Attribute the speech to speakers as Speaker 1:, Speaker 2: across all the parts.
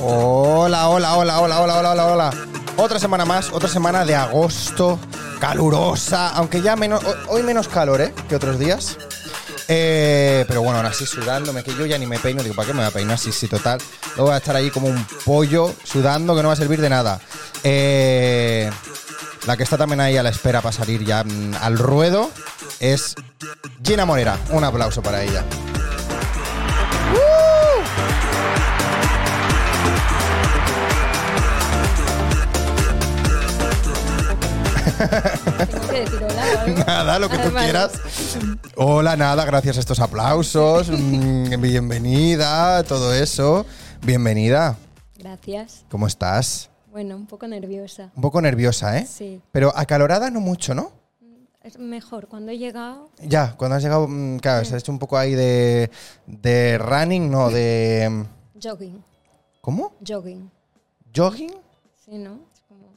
Speaker 1: Hola, hola, hola, hola, hola, hola, hola, hola. Otra semana más, otra semana de agosto, calurosa, aunque ya menos, ho- hoy menos calor, ¿eh? Que otros días. Eh, pero bueno, aún así sudándome, que yo ya ni me peino, digo, ¿para qué me voy a peinar? Sí, sí, total. Luego voy a estar ahí como un pollo sudando que no va a servir de nada. Eh, la que está también ahí a la espera para salir ya mm, al ruedo es Gina Morera. Un aplauso para ella.
Speaker 2: Tengo que decir hola o algo.
Speaker 1: Nada, lo que tú
Speaker 2: Además,
Speaker 1: quieras. Hola, nada, gracias a estos aplausos. mm, Bienvenida, todo eso. Bienvenida.
Speaker 2: Gracias.
Speaker 1: ¿Cómo estás?
Speaker 2: Bueno, un poco nerviosa.
Speaker 1: Un poco nerviosa, ¿eh?
Speaker 2: Sí.
Speaker 1: Pero acalorada no mucho, ¿no?
Speaker 2: Es mejor, cuando he llegado,
Speaker 1: Ya, cuando has llegado, mm, claro, se ha hecho un poco ahí de, de running, no, de... mm,
Speaker 2: jogging.
Speaker 1: ¿Cómo?
Speaker 2: Jogging.
Speaker 1: ¿Jogging?
Speaker 2: Sí, ¿no? Es como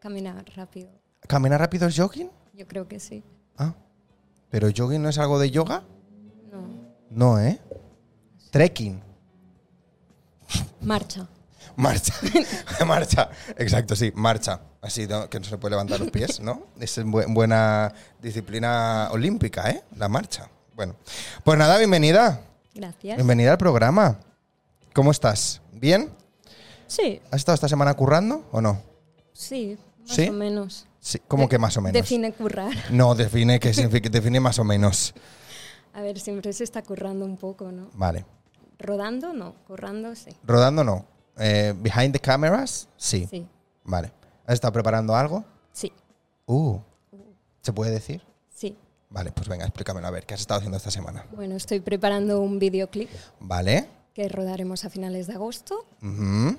Speaker 2: caminar rápido.
Speaker 1: ¿Caminar rápido es jogging?
Speaker 2: Yo creo que sí.
Speaker 1: Ah, pero jogging no es algo de yoga?
Speaker 2: No.
Speaker 1: No, ¿eh? Trekking.
Speaker 2: Marcha.
Speaker 1: Marcha, marcha, exacto, sí, marcha. Así ¿no? que no se puede levantar los pies, ¿no? Es en bu- buena disciplina olímpica, ¿eh? La marcha. Bueno, pues nada, bienvenida.
Speaker 2: Gracias.
Speaker 1: Bienvenida al programa. ¿Cómo estás? ¿Bien?
Speaker 2: Sí,
Speaker 1: ¿Has estado esta semana currando o no?
Speaker 2: sí, más
Speaker 1: ¿Sí?
Speaker 2: o menos.
Speaker 1: Sí, ¿Cómo que más o menos?
Speaker 2: Define currar.
Speaker 1: No, define que significa- define más o menos.
Speaker 2: A ver, siempre se está currando un poco, ¿no?
Speaker 1: Vale.
Speaker 2: Rodando, no. Currando, sí.
Speaker 1: Rodando no. Eh, behind the cameras, sí.
Speaker 2: Sí.
Speaker 1: Vale. ¿Has estado preparando algo?
Speaker 2: Sí.
Speaker 1: Uh. ¿Se puede decir?
Speaker 2: Sí.
Speaker 1: Vale, pues venga, explícamelo a ver, ¿qué has estado haciendo esta semana?
Speaker 2: Bueno, estoy preparando un videoclip
Speaker 1: Vale.
Speaker 2: que rodaremos a finales de agosto.
Speaker 1: ujú.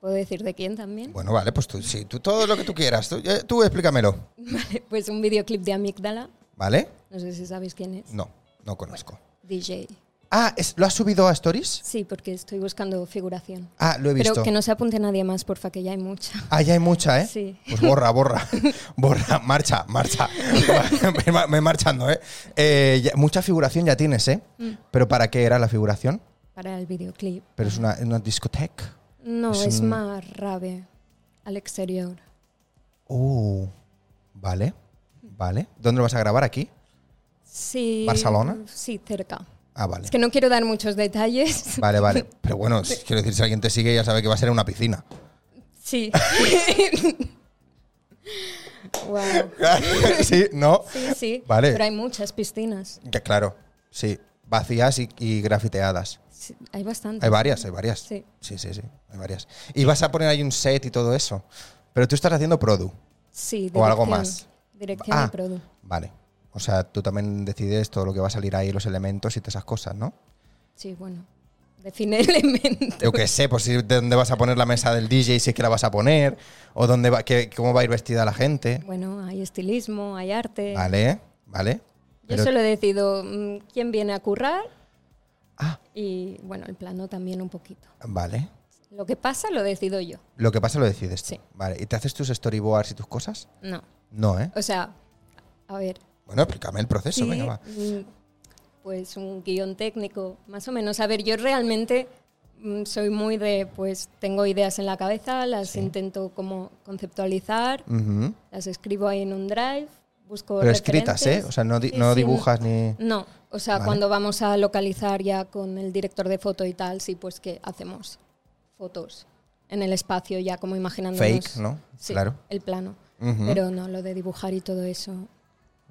Speaker 2: ¿Puedo decir de quién también?
Speaker 1: Bueno, vale, pues tú, sí, tú todo lo que tú quieras, tú, eh, tú explícamelo.
Speaker 2: Vale, pues un videoclip de Amígdala.
Speaker 1: ¿Vale?
Speaker 2: No sé si sabéis quién es.
Speaker 1: No, no conozco.
Speaker 2: DJ.
Speaker 1: Ah, es- ¿lo has subido a Stories?
Speaker 2: Sí, porque estoy buscando figuración.
Speaker 1: Ah, lo he visto.
Speaker 2: Pero que no se apunte nadie más, porfa, que ya hay mucha.
Speaker 1: Ah, ya hay mucha, ¿eh?
Speaker 2: Sí.
Speaker 1: Pues borra, borra, borra, marcha, marcha. me, ma- me marchando, ¿eh? Eh, ya- mucha figuración ya tienes, ¿eh?
Speaker 2: Mm.
Speaker 1: ¿Pero para qué era la figuración?
Speaker 2: Para el videoclip.
Speaker 1: ¿Pero es una, una discoteca?
Speaker 2: No,
Speaker 1: es
Speaker 2: es,
Speaker 1: un-
Speaker 2: más rave. Al exterior.
Speaker 1: Uh, vale, vale. ¿Dónde lo vas a grabar? ¿Aquí?
Speaker 2: Sí.
Speaker 1: ¿Barcelona?
Speaker 2: Sí, cerca.
Speaker 1: Ah, vale.
Speaker 2: Es que no quiero dar muchos detalles.
Speaker 1: Vale, vale. Pero bueno, si- quiero decir, si alguien te sigue ya sabe que va a ser en una piscina.
Speaker 2: Sí. wow.
Speaker 1: sí, ¿no?
Speaker 2: Sí, sí.
Speaker 1: Vale.
Speaker 2: Pero hay muchas piscinas.
Speaker 1: Que claro, sí. Vacías y, y grafiteadas.
Speaker 2: Sí, hay bastantes.
Speaker 1: Hay varias, hay varias.
Speaker 2: Sí.
Speaker 1: sí, sí, sí, hay varias. Y vas a poner ahí un set y todo eso. Pero tú estás haciendo produ.
Speaker 2: Sí,
Speaker 1: O algo
Speaker 2: dirección.
Speaker 1: más.
Speaker 2: Dirección
Speaker 1: Ah.
Speaker 2: y produ.
Speaker 1: Vale. O sea, tú también decides todo lo que va a salir ahí, los elementos y todas esas cosas, ¿no?
Speaker 2: Sí, bueno. Define elementos.
Speaker 1: Yo qué sé, pues si- de dónde vas a poner la mesa del DJ, si es que la vas a poner, o dónde va, qué- cómo va a ir vestida la gente.
Speaker 2: Bueno, hay estilismo, hay arte.
Speaker 1: Vale, vale.
Speaker 2: Yo
Speaker 1: Pero-
Speaker 2: solo decido mm, quién viene a currar
Speaker 1: Ah,
Speaker 2: y, bueno, el plano también un poquito.
Speaker 1: vale.
Speaker 2: Lo que pasa lo decido yo.
Speaker 1: Lo que pasa lo decides tú.
Speaker 2: Sí.
Speaker 1: Vale. ¿Y te haces tus storyboards y tus cosas?
Speaker 2: No.
Speaker 1: No, ¿eh?
Speaker 2: O sea, a ver.
Speaker 1: Bueno, explícame el proceso,
Speaker 2: sí,
Speaker 1: venga, va.
Speaker 2: mm, pues un guión técnico, más o menos. A ver, yo realmente mm, soy muy de, pues tengo ideas en la cabeza, las intento como conceptualizar,
Speaker 1: Ujú.
Speaker 2: las escribo ahí en un drive, busco...
Speaker 1: Pero escritas, ¿eh?
Speaker 2: referentes.
Speaker 1: O sea, no, di-
Speaker 2: Sí,
Speaker 1: no
Speaker 2: sí,
Speaker 1: dibujas ni.
Speaker 2: No, o sea,
Speaker 1: Vale.
Speaker 2: cuando vamos a localizar ya con el director de foto y tal, sí, pues que hacemos fotos en el espacio ya como imaginándonos.
Speaker 1: Fake, ¿no?
Speaker 2: Sí,
Speaker 1: Claro.
Speaker 2: el plano.
Speaker 1: Ujú.
Speaker 2: Pero no, lo de dibujar y todo eso,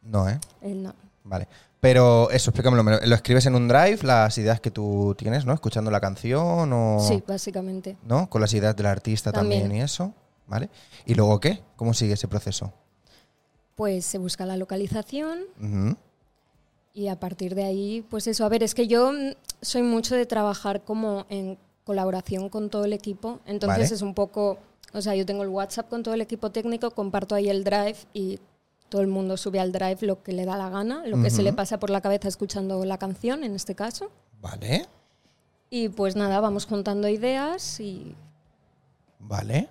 Speaker 1: No, ¿eh?
Speaker 2: eh, no.
Speaker 1: Vale. Pero eso, explícamelo. me Lo, lo escribes en un drive, las ideas que tú tienes, ¿no? Escuchando la canción o.
Speaker 2: Sí, básicamente.
Speaker 1: ¿No? Con las ideas del artista también,
Speaker 2: También.
Speaker 1: y eso. ¿Vale? ¿Y luego qué? ¿Cómo sigue ese proceso?
Speaker 2: Pues se busca la localización
Speaker 1: Ujú.
Speaker 2: y a partir de ahí, pues eso. A ver, es que yo mm, soy mucho de trabajar como en colaboración con todo el equipo, entonces
Speaker 1: Vale.
Speaker 2: es un poco, o sea, yo tengo el WhatsApp con todo el equipo técnico, comparto ahí el drive y todo el mundo sube al drive lo que le da la gana, lo que se le
Speaker 1: Ujú.
Speaker 2: pasa por la cabeza escuchando la canción en este caso.
Speaker 1: Vale.
Speaker 2: Y pues nada, vamos juntando ideas y
Speaker 1: Vale,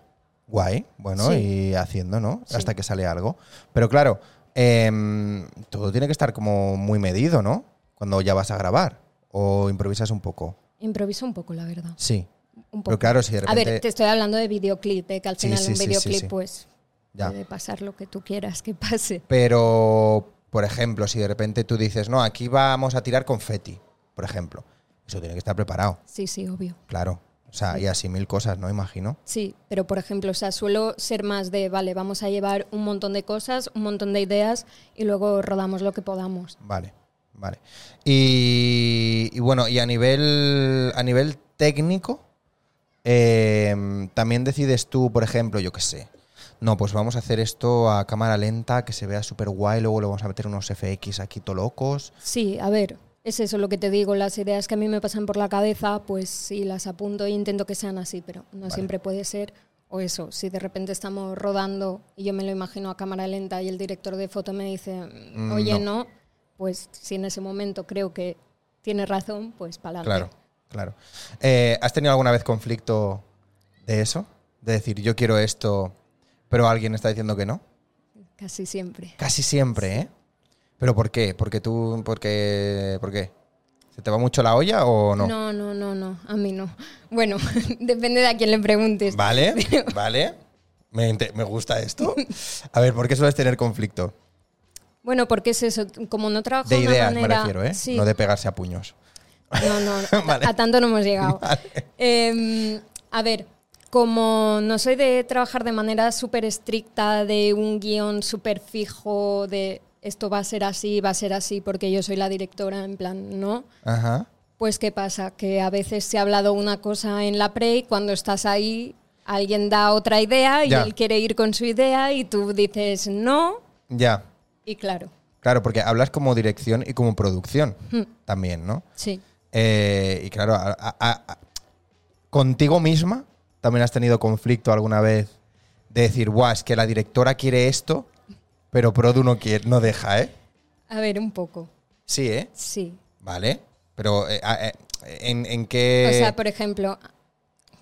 Speaker 1: guay, bueno,
Speaker 2: Sí.
Speaker 1: y haciendo, ¿no?
Speaker 2: Sí.
Speaker 1: Hasta que sale algo. Pero claro, em, todo tiene que estar como muy medido, ¿no? Cuando ya vas a grabar. O improvisas un poco.
Speaker 2: improviso un poco, la verdad.
Speaker 1: Sí.
Speaker 2: un poco.
Speaker 1: Pero claro, si de repente.
Speaker 2: A ver, te estoy hablando de videoclip, ¿eh? que al
Speaker 1: Sí,
Speaker 2: final
Speaker 1: sí,
Speaker 2: un
Speaker 1: sí, sí,
Speaker 2: videoclip
Speaker 1: sí.
Speaker 2: pues
Speaker 1: Ya.
Speaker 2: puede pasar lo que tú quieras que pase.
Speaker 1: Pero, por ejemplo, si de repente tú dices, no, aquí vamos a tirar confeti, por ejemplo, eso tiene que estar preparado,
Speaker 2: Sí, sí, obvio.
Speaker 1: claro. O sea, y así mil cosas, ¿no? Imagino.
Speaker 2: Sí, pero por ejemplo, o sea, suelo ser más de, vale, vamos a llevar un montón de cosas, un montón de ideas y luego rodamos lo que podamos.
Speaker 1: Vale, vale. Y, y bueno, y a nivel, a nivel técnico, eh, también decides tú, por ejemplo, yo qué sé. No, pues vamos a hacer esto a cámara lenta, que se vea súper guay, luego le vamos a meter unos FX aquí to locos.
Speaker 2: Sí, a ver, es eso lo que te digo, las ideas que a mí me pasan por la cabeza, pues sí, las apunto e intento que sean así, pero no
Speaker 1: Vale.
Speaker 2: siempre puede ser. O eso, si de repente estamos rodando y yo me lo imagino a cámara lenta y el director de foto me dice,
Speaker 1: Mm,
Speaker 2: oye,
Speaker 1: no.
Speaker 2: no, pues si en ese momento creo que tiene razón, pues para
Speaker 1: Claro, claro. Eh, ¿Has tenido alguna vez conflicto de eso? De decir, yo quiero esto, pero alguien está diciendo que no.
Speaker 2: Casi siempre.
Speaker 1: Casi siempre, ¿eh? ¿Pero por qué? ¿Porque tú, porque, por qué? ¿Se te va mucho la olla o no?
Speaker 2: no, no, no, no, a mí no. Bueno, depende de a quién le preguntes.
Speaker 1: Vale, vale. Me, inte- me gusta esto. A ver, ¿por qué sueles tener conflicto?
Speaker 2: Bueno, porque es eso, como no trabajo
Speaker 1: De
Speaker 2: de una
Speaker 1: ideas
Speaker 2: manera...
Speaker 1: me refiero, ¿eh?
Speaker 2: Sí,
Speaker 1: No de pegarse a puños.
Speaker 2: No, no, no,
Speaker 1: Vale.
Speaker 2: a tanto no hemos llegado.
Speaker 1: Vale.
Speaker 2: Eh, a ver, como no soy de trabajar de manera súper estricta, de un guión súper fijo, de esto va a ser así, va a ser así, porque yo soy la directora, en plan, no.
Speaker 1: Ajá.
Speaker 2: Pues, ¿qué pasa? Que a veces se ha hablado una cosa en la pre y cuando estás ahí, alguien da otra idea y
Speaker 1: Ya.
Speaker 2: él quiere ir con su idea y tú dices no,
Speaker 1: Ya.
Speaker 2: y claro,
Speaker 1: Claro, porque hablas como dirección y como producción
Speaker 2: Hmm.
Speaker 1: también, ¿no?
Speaker 2: sí.
Speaker 1: Eh, y claro, a- a- a- contigo misma también has tenido conflicto alguna vez de decir, guau, es que la directora quiere esto, pero Produ no, quiere, no deja, ¿eh?
Speaker 2: A ver, un poco,
Speaker 1: Sí, ¿eh?
Speaker 2: sí.
Speaker 1: Vale. Pero, eh, a- eh, ¿en, en qué...?
Speaker 2: O sea, por ejemplo,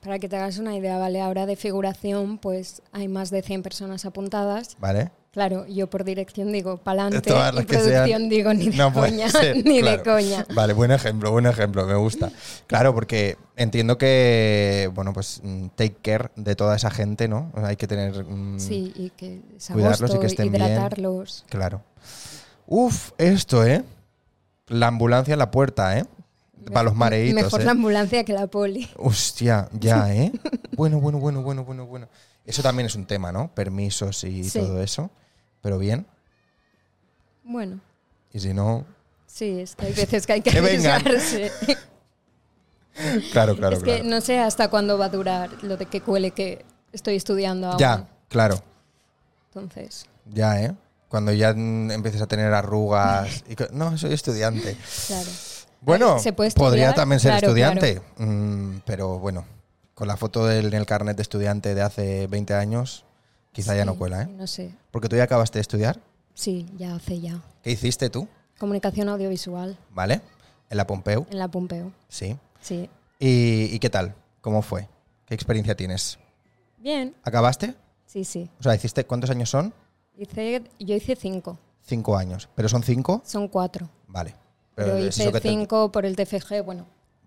Speaker 2: para que te hagas una idea, ¿vale? Ahora de figuración, pues hay más de 100 personas apuntadas.
Speaker 1: Vale.
Speaker 2: Claro, yo por dirección digo pa'lante,
Speaker 1: Todas
Speaker 2: y
Speaker 1: las que sean.
Speaker 2: producción digo ni de
Speaker 1: No puede
Speaker 2: coña,
Speaker 1: ser,
Speaker 2: ni
Speaker 1: claro.
Speaker 2: de coña.
Speaker 1: Vale, buen ejemplo, buen ejemplo, me gusta. Claro, porque entiendo que, bueno, pues mm, take care de toda esa gente, ¿no? O sea, hay que tener... mm,
Speaker 2: Sí, y que es
Speaker 1: Cuidarlos y
Speaker 2: agosto,
Speaker 1: que estén bien.
Speaker 2: hidratarlos.
Speaker 1: Claro. Uf, esto, ¿eh? La ambulancia en la puerta, ¿eh? Para los mareitos,
Speaker 2: Mejor
Speaker 1: ¿eh?
Speaker 2: la ambulancia que la poli.
Speaker 1: Hostia, ya, ¿eh? Bueno, bueno, bueno, bueno, bueno, bueno. Eso también es un tema, ¿no? Permisos y
Speaker 2: Sí.
Speaker 1: todo eso. Pero bien.
Speaker 2: Bueno,
Speaker 1: Y si no...
Speaker 2: sí, es que hay veces que hay que
Speaker 1: Que vengan.
Speaker 2: arriesgarse.
Speaker 1: Claro, claro,
Speaker 2: es
Speaker 1: claro.
Speaker 2: que no sé hasta cuándo va a durar lo de que cuele que estoy estudiando ahora.
Speaker 1: Ya, claro.
Speaker 2: Entonces,
Speaker 1: Ya, ¿eh? Cuando ya mm, empieces a tener arrugas. y co- no, soy estudiante.
Speaker 2: claro.
Speaker 1: Bueno,
Speaker 2: ¿Se puede
Speaker 1: podría
Speaker 2: estudiar?
Speaker 1: también ser
Speaker 2: Claro,
Speaker 1: estudiante. Mm, pero bueno, con la foto del, en el carnet de estudiante de hace 20 años, quizá ya no
Speaker 2: Sí,
Speaker 1: cuela, ¿eh?
Speaker 2: No sé.
Speaker 1: Porque tú ya acabaste de estudiar.
Speaker 2: Sí, ya hace ya.
Speaker 1: ¿Qué hiciste tú?
Speaker 2: Comunicación audiovisual
Speaker 1: ¿Vale? En la Pompeu,
Speaker 2: en la Pompeo.
Speaker 1: sí.
Speaker 2: Sí.
Speaker 1: ¿Y, y qué tal? ¿Cómo fue? ¿Qué experiencia tienes?
Speaker 2: Bien.
Speaker 1: ¿Acabaste?
Speaker 2: Sí, sí.
Speaker 1: O sea, hiciste, ¿cuántos años son?
Speaker 2: Hice, yo hice cinco.
Speaker 1: Cinco años. ¿pero son cinco?
Speaker 2: Son cuatro.
Speaker 1: Vale.
Speaker 2: Pero,
Speaker 1: es
Speaker 2: hice
Speaker 1: eso que te-
Speaker 2: cinco por el TFG. Bueno,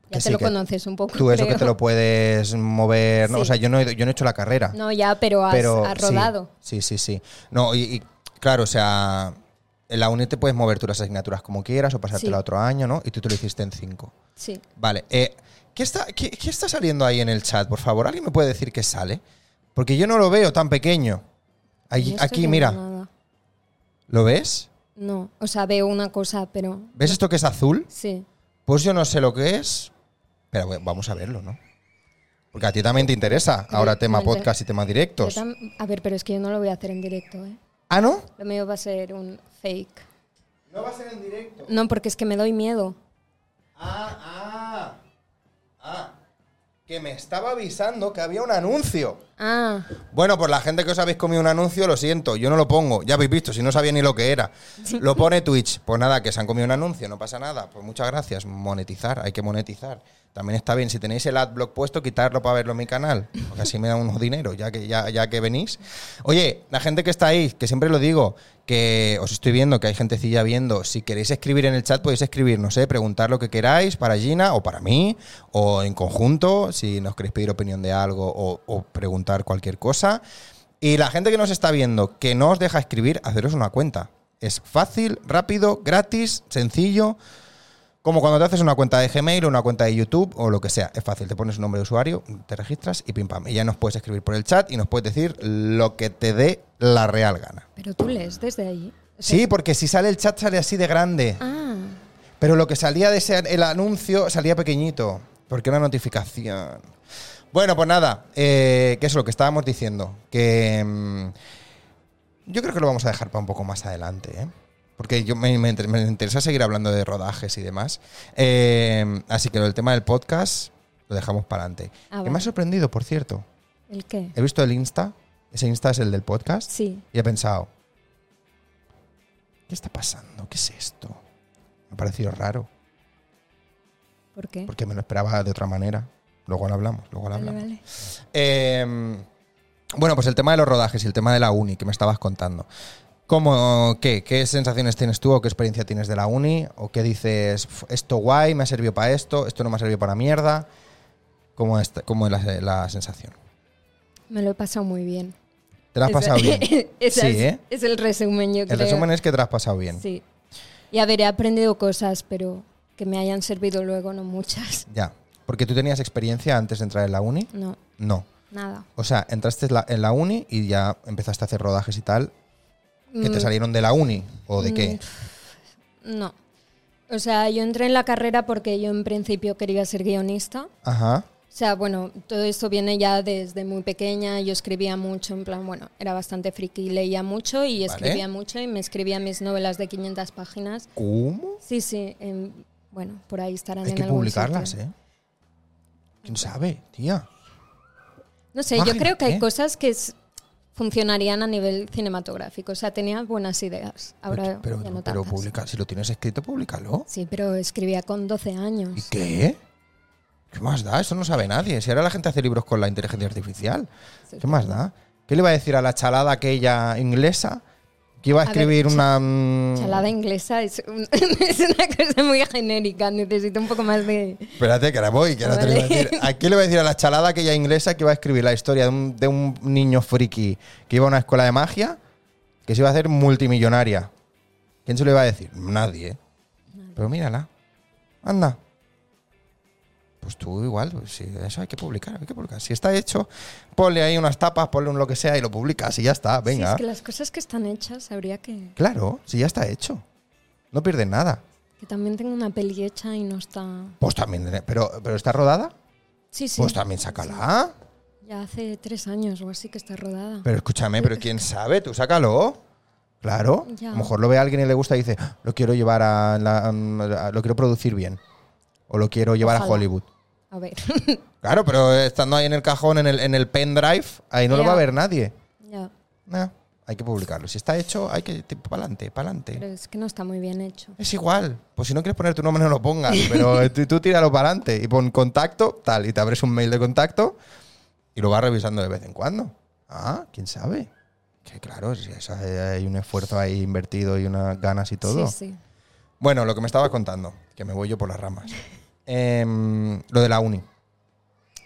Speaker 1: Que
Speaker 2: ya
Speaker 1: sí,
Speaker 2: te lo
Speaker 1: que
Speaker 2: conoces un poco.
Speaker 1: Tú eso que
Speaker 2: creo.
Speaker 1: te lo puedes mover. ¿no?
Speaker 2: Sí.
Speaker 1: O sea, yo no, he, yo no he hecho la carrera.
Speaker 2: No, ya, pero has,
Speaker 1: pero
Speaker 2: has
Speaker 1: sí,
Speaker 2: rodado.
Speaker 1: Sí, sí, sí. No, y, y, claro, o sea, en la UNI te puedes mover tú las asignaturas como quieras o pasártela
Speaker 2: Sí.
Speaker 1: otro año, ¿no? Y tú te lo hiciste en cinco.
Speaker 2: Sí.
Speaker 1: Vale. eh, ¿qué, está, qué, qué está saliendo ahí en el chat, por favor? ¿Alguien me puede decir qué sale? Porque yo no lo veo tan pequeño. Allí-
Speaker 2: No estoy
Speaker 1: aquí,
Speaker 2: viendo
Speaker 1: mira.
Speaker 2: nada.
Speaker 1: ¿Lo ves?
Speaker 2: No, o sea, veo una cosa, pero
Speaker 1: ¿Ves esto que es azul?
Speaker 2: sí.
Speaker 1: Pues yo no sé lo que es. Pero bueno, vamos a verlo, ¿no? Porque a ti también te interesa ahora
Speaker 2: ver,
Speaker 1: tema
Speaker 2: me inter-
Speaker 1: podcast y tema
Speaker 2: Yo
Speaker 1: directos.
Speaker 2: tam- a ver, pero es que yo no lo voy a hacer en directo, ¿eh?
Speaker 1: ¿Ah, no?
Speaker 2: Lo mío va a ser un fake.
Speaker 1: No va a ser en directo.
Speaker 2: No, porque es que me doy miedo.
Speaker 1: Ah, ah. Ah. Que me estaba avisando que había un anuncio.
Speaker 2: Ah,
Speaker 1: Bueno, por la gente que os habéis comido un anuncio, lo siento, yo no lo pongo. Ya habéis visto, si no sabía ni lo que era. Lo pone Twitch. Pues nada, que se han comido un anuncio, no pasa nada. Pues muchas gracias. Monetizar, hay que monetizar. También está bien, si tenéis el adblock puesto, quitarlo para verlo en mi canal, porque así me da unos dinero, ya que, ya, ya que venís. Oye, la gente que está ahí, que siempre lo digo, que os estoy viendo, que hay gentecilla viendo, si queréis escribir en el chat podéis escribirnos, sé, preguntar lo que queráis para Gina o para mí, o en conjunto, si nos queréis pedir opinión de algo o, o preguntar cualquier cosa. Y la gente que nos está viendo, que no os deja escribir, haceros una cuenta. Es fácil, rápido, gratis, sencillo. Como cuando te haces una cuenta de Gmail o una cuenta de YouTube o lo que sea. Es fácil, te pones un nombre de usuario, te registras y pim pam. Y ya nos puedes escribir por el chat y nos puedes decir lo que te dé la real gana.
Speaker 2: Pero tú lees desde ahí. O sea,
Speaker 1: Sí, porque si sale el chat sale así de grande.
Speaker 2: Ah,
Speaker 1: Pero lo que salía de ese el anuncio salía pequeñito, porque era una notificación. Bueno, pues nada, eh, que es lo que estábamos diciendo. Que mm, yo creo que lo vamos a dejar para un poco más adelante, ¿eh? Porque yo me, me inter- me interesa seguir hablando de rodajes y demás. Eh, así que el tema del podcast lo dejamos para adelante. que
Speaker 2: Ah,
Speaker 1: me
Speaker 2: vale.
Speaker 1: ha sorprendido, por cierto.
Speaker 2: ¿el qué?
Speaker 1: He visto el Insta. Ese Insta es el del podcast.
Speaker 2: Sí.
Speaker 1: Y he pensado, ¿qué está pasando? ¿Qué es esto? Me ha parecido raro,
Speaker 2: ¿Por qué?
Speaker 1: porque me lo esperaba de otra manera. Luego lo hablamos, luego lo
Speaker 2: Vale,
Speaker 1: hablamos.
Speaker 2: vale.
Speaker 1: Eh, bueno, pues el tema de los rodajes y el tema de la uni que me estabas contando. ¿Cómo, qué, ¿Qué sensaciones tienes tú o qué experiencia tienes de la uni? ¿O qué dices, "Uf, esto guay, me ha servido para esto, esto no me ha servido para mierda? ¿Cómo es, cómo es la, la sensación?
Speaker 2: Me lo he pasado muy bien.
Speaker 1: ¿Te la has
Speaker 2: Esa-
Speaker 1: pasado bien?
Speaker 2: esa
Speaker 1: Sí,
Speaker 2: es,
Speaker 1: ¿eh?
Speaker 2: es el resumen, yo creo.
Speaker 1: El resumen es que te la has pasado bien.
Speaker 2: Sí. Y a ver, he aprendido cosas, pero que me hayan servido luego, no muchas.
Speaker 1: Ya. ¿Porque tú tenías experiencia antes de entrar en la uni?
Speaker 2: No,
Speaker 1: No.
Speaker 2: nada.
Speaker 1: O sea, entraste en la, en la uni y ya empezaste a hacer rodajes y tal, que te
Speaker 2: Mm,
Speaker 1: salieron de la uni o de
Speaker 2: mm,
Speaker 1: qué.
Speaker 2: No. O sea, yo entré en la carrera porque yo en principio quería ser guionista.
Speaker 1: Ajá.
Speaker 2: O sea, bueno, todo esto viene ya desde muy pequeña. Yo escribía mucho, en plan, bueno, era bastante friki, leía mucho y escribía mucho y me escribía mis novelas de 500 páginas.
Speaker 1: ¿Cómo?
Speaker 2: Sí, sí, em, bueno, por ahí estarán
Speaker 1: Hay
Speaker 2: en
Speaker 1: que
Speaker 2: algún
Speaker 1: publicarlas,
Speaker 2: sitio.
Speaker 1: ¿eh? ¿Quién sabe, tía?
Speaker 2: No sé, yo
Speaker 1: Páginas,
Speaker 2: creo que hay
Speaker 1: ¿eh?
Speaker 2: cosas que es- funcionarían a nivel cinematográfico. O sea, tenía buenas ideas. Ahora
Speaker 1: pero
Speaker 2: ya no
Speaker 1: pero
Speaker 2: tantas.
Speaker 1: publica, si lo tienes escrito, públicalo.
Speaker 2: Sí, pero escribía con 12
Speaker 1: ¿Y
Speaker 2: años.
Speaker 1: qué? ¿Qué más da? Eso no sabe nadie. Si ahora la gente hace libros con la inteligencia artificial,
Speaker 2: Sí,
Speaker 1: ¿qué más da? ¿Qué le iba a decir a la chalada aquella inglesa que iba a
Speaker 2: A ver,
Speaker 1: escribir
Speaker 2: cha-
Speaker 1: una... mm,
Speaker 2: Chalada inglesa es, un- es una cosa muy genérica. Necesito un poco más de...
Speaker 1: Espérate, que ahora voy, que ahora te lo iba a decir. ¿A quién le voy a decir a la chalada aquella inglesa que iba a escribir la historia de un, de un niño friki que iba a una escuela de magia que se iba a hacer multimillonaria? ¿Quién se lo iba a decir? Nadie. Pero mírala. Anda. Pues tú igual, pues sí, eso hay que publicar, hay que publicar. Si está hecho, ponle ahí unas tapas, ponle un lo que sea y lo publicas y ya está,
Speaker 2: Sí,
Speaker 1: venga.
Speaker 2: es que las cosas que están hechas habría que...
Speaker 1: Claro, si ya está hecho. No pierdes nada.
Speaker 2: Que también tengo una peli hecha y no está...
Speaker 1: Pues también, pero, pero está rodada,
Speaker 2: Sí, sí.
Speaker 1: pues también sácala.
Speaker 2: Ya hace tres años o así que está rodada.
Speaker 1: Pero escúchame, pero quién sabe, tú sácalo. Claro.
Speaker 2: Ya.
Speaker 1: A lo mejor lo ve alguien y le gusta y dice, "Ah, lo quiero llevar a, la- a- lo quiero producir bien. O lo quiero llevar a
Speaker 2: Ojalá.
Speaker 1: Hollywood.
Speaker 2: A ver,
Speaker 1: Claro, pero estando ahí en el cajón, en el, en el pendrive, ahí no lo
Speaker 2: Ya.
Speaker 1: va a ver nadie.
Speaker 2: ya.
Speaker 1: Nah, hay que publicarlo. Si está hecho, hay que para adelante, para
Speaker 2: Pero
Speaker 1: adelante.
Speaker 2: es que no está muy bien hecho.
Speaker 1: Es igual. Pues si no quieres poner tu nombre, no lo pongas. Pero tú, tú tíralo para adelante y pon contacto, tal, y te abres un mail de contacto y lo vas revisando de vez en cuando. Ah, quién sabe. Que claro, si eso hay hay un esfuerzo ahí invertido y unas ganas y todo.
Speaker 2: Sí, sí.
Speaker 1: Bueno, lo que me estabas contando, que me voy yo por las ramas. Em, lo de la uni.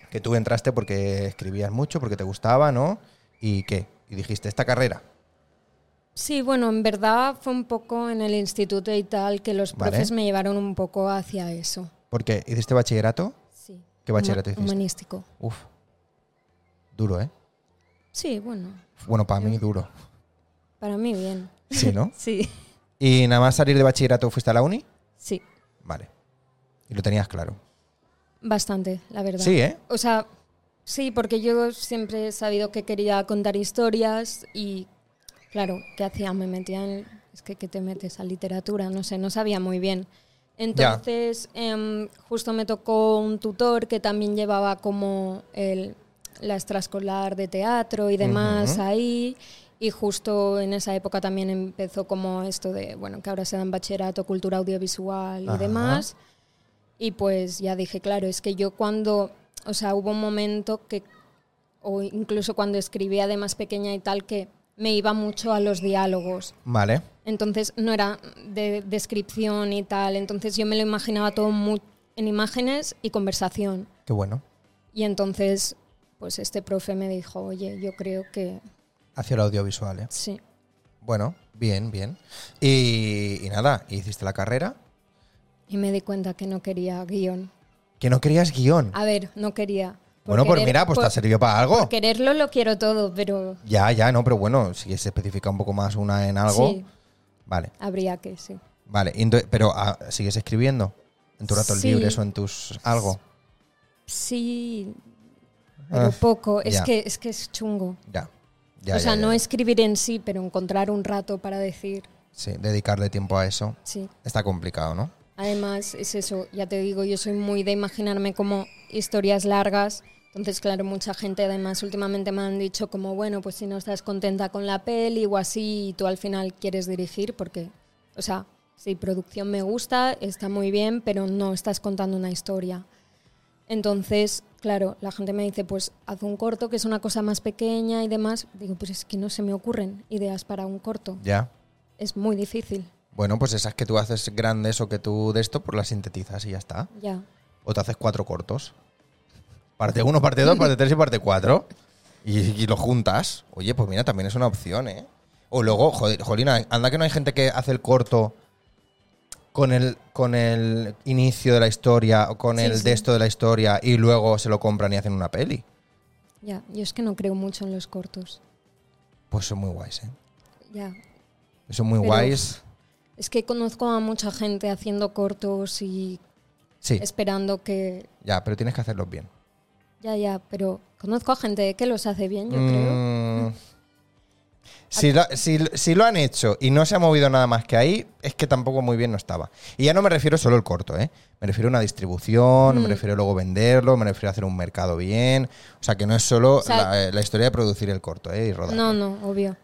Speaker 1: Que tú entraste porque escribías mucho, porque te gustaba, ¿no? ¿Y qué? Y dijiste, esta carrera.
Speaker 2: Sí, bueno, en verdad fue un poco en el instituto y tal que los
Speaker 1: Vale.
Speaker 2: profes me llevaron un poco hacia eso.
Speaker 1: Porque hiciste este bachillerato.
Speaker 2: Sí.
Speaker 1: ¿Qué bachillerato
Speaker 2: Huma-
Speaker 1: hiciste?
Speaker 2: Humanístico.
Speaker 1: Uf. Duro, ¿eh?
Speaker 2: Sí, bueno,
Speaker 1: Bueno, para mí duro.
Speaker 2: para mí bien.
Speaker 1: Sí, ¿no?
Speaker 2: Sí.
Speaker 1: ¿Y nada más salir de bachillerato fuiste a la uni?
Speaker 2: Sí,
Speaker 1: Vale. Y lo tenías claro.
Speaker 2: bastante, la verdad.
Speaker 1: Sí, ¿eh?
Speaker 2: O sea, sí, porque yo siempre he sabido que quería contar historias y, claro, ¿qué hacía? Me metía en... Es que, ¿qué te metes a literatura? No sé, no sabía muy bien. Entonces, em, justo me tocó un tutor que también llevaba como el, la extraescolar de teatro y demás
Speaker 1: Ujú.
Speaker 2: ahí. Y justo en esa época también empezó como esto de, bueno, que ahora se da en bachillerato, cultura audiovisual y
Speaker 1: Ajá.
Speaker 2: demás. Y pues ya dije, claro, es que yo cuando, o sea, hubo un momento que, o incluso cuando escribía de más pequeña y tal, que me iba mucho a los diálogos.
Speaker 1: Vale.
Speaker 2: Entonces no era de descripción y tal. Entonces yo me lo imaginaba todo mu- en imágenes y conversación.
Speaker 1: Qué bueno.
Speaker 2: Y entonces, pues este profe me dijo, oye, yo creo que
Speaker 1: Hacia el audiovisual, ¿eh?
Speaker 2: sí.
Speaker 1: Bueno, bien, bien. Y, y nada, hiciste la carrera.
Speaker 2: Y me di cuenta que no quería guión.
Speaker 1: Que no querías guión.
Speaker 2: A ver, no quería. Por
Speaker 1: bueno, pues
Speaker 2: querer-
Speaker 1: mira, pues te
Speaker 2: por-
Speaker 1: ha servido para algo.
Speaker 2: por quererlo lo quiero todo, pero
Speaker 1: Ya, ya, no, pero bueno, si se especifica un poco más una en algo.
Speaker 2: sí,
Speaker 1: Vale,
Speaker 2: habría que, sí.
Speaker 1: vale. Y ento- pero ah, sigues escribiendo en tus ratos
Speaker 2: Sí.
Speaker 1: libres o en tus algo.
Speaker 2: Sí, pero
Speaker 1: Ah,
Speaker 2: poco. Es
Speaker 1: ya.
Speaker 2: que, es que es chungo.
Speaker 1: Ya. ya
Speaker 2: o sea,
Speaker 1: ya, ya,
Speaker 2: no
Speaker 1: ya.
Speaker 2: escribir en sí, pero encontrar un rato para decir,
Speaker 1: Sí, dedicarle tiempo a eso
Speaker 2: sí.
Speaker 1: está complicado, ¿no?
Speaker 2: Además, es eso, ya te digo, yo soy muy de imaginarme como historias largas. Entonces, claro, mucha gente además últimamente me han dicho como, bueno, pues si no estás contenta con la peli o así, y tú al final quieres dirigir porque, o sea, si producción me gusta, está muy bien, pero no estás contando una historia. Entonces, claro, la gente me dice, pues haz un corto, que es una cosa más pequeña y demás. Digo, pues es que no se me ocurren ideas para un corto.
Speaker 1: Ya.
Speaker 2: Es muy difícil,
Speaker 1: Bueno, pues esas que tú haces grandes o que tú de esto, pues las sintetizas y ya está.
Speaker 2: ya.
Speaker 1: O te haces cuatro cortos. Parte uno, parte dos, parte tres y parte cuatro. Y, y lo juntas. Oye, pues mira, también es una opción, ¿eh? O luego, joder, Jolina, anda que no hay gente que hace el corto con el, con el inicio de la historia o con
Speaker 2: Sí,
Speaker 1: el
Speaker 2: sí.
Speaker 1: de esto de la historia y luego se lo compran y hacen una peli.
Speaker 2: Ya, yo es que no creo mucho en los cortos.
Speaker 1: Pues son muy guays, ¿eh?
Speaker 2: Ya.
Speaker 1: Son muy
Speaker 2: Pero-
Speaker 1: guays.
Speaker 2: Es que conozco a mucha gente haciendo cortos y
Speaker 1: Sí,
Speaker 2: esperando que.
Speaker 1: ya, pero tienes que hacerlos bien.
Speaker 2: Ya, ya, pero conozco a gente que los hace bien, yo creo.
Speaker 1: Mm. Si lo, si lo- si lo han hecho y no se ha movido nada más que ahí, es que tampoco muy bien no estaba. Y ya no me refiero solo al corto, ¿eh? Me refiero a una distribución,
Speaker 2: Mm.
Speaker 1: me refiero luego a venderlo, me refiero a hacer un mercado bien. O sea, que no es solo
Speaker 2: sea,
Speaker 1: la, eh, la historia de producir el corto, ¿eh? Y rodar.
Speaker 2: No, no, obvio.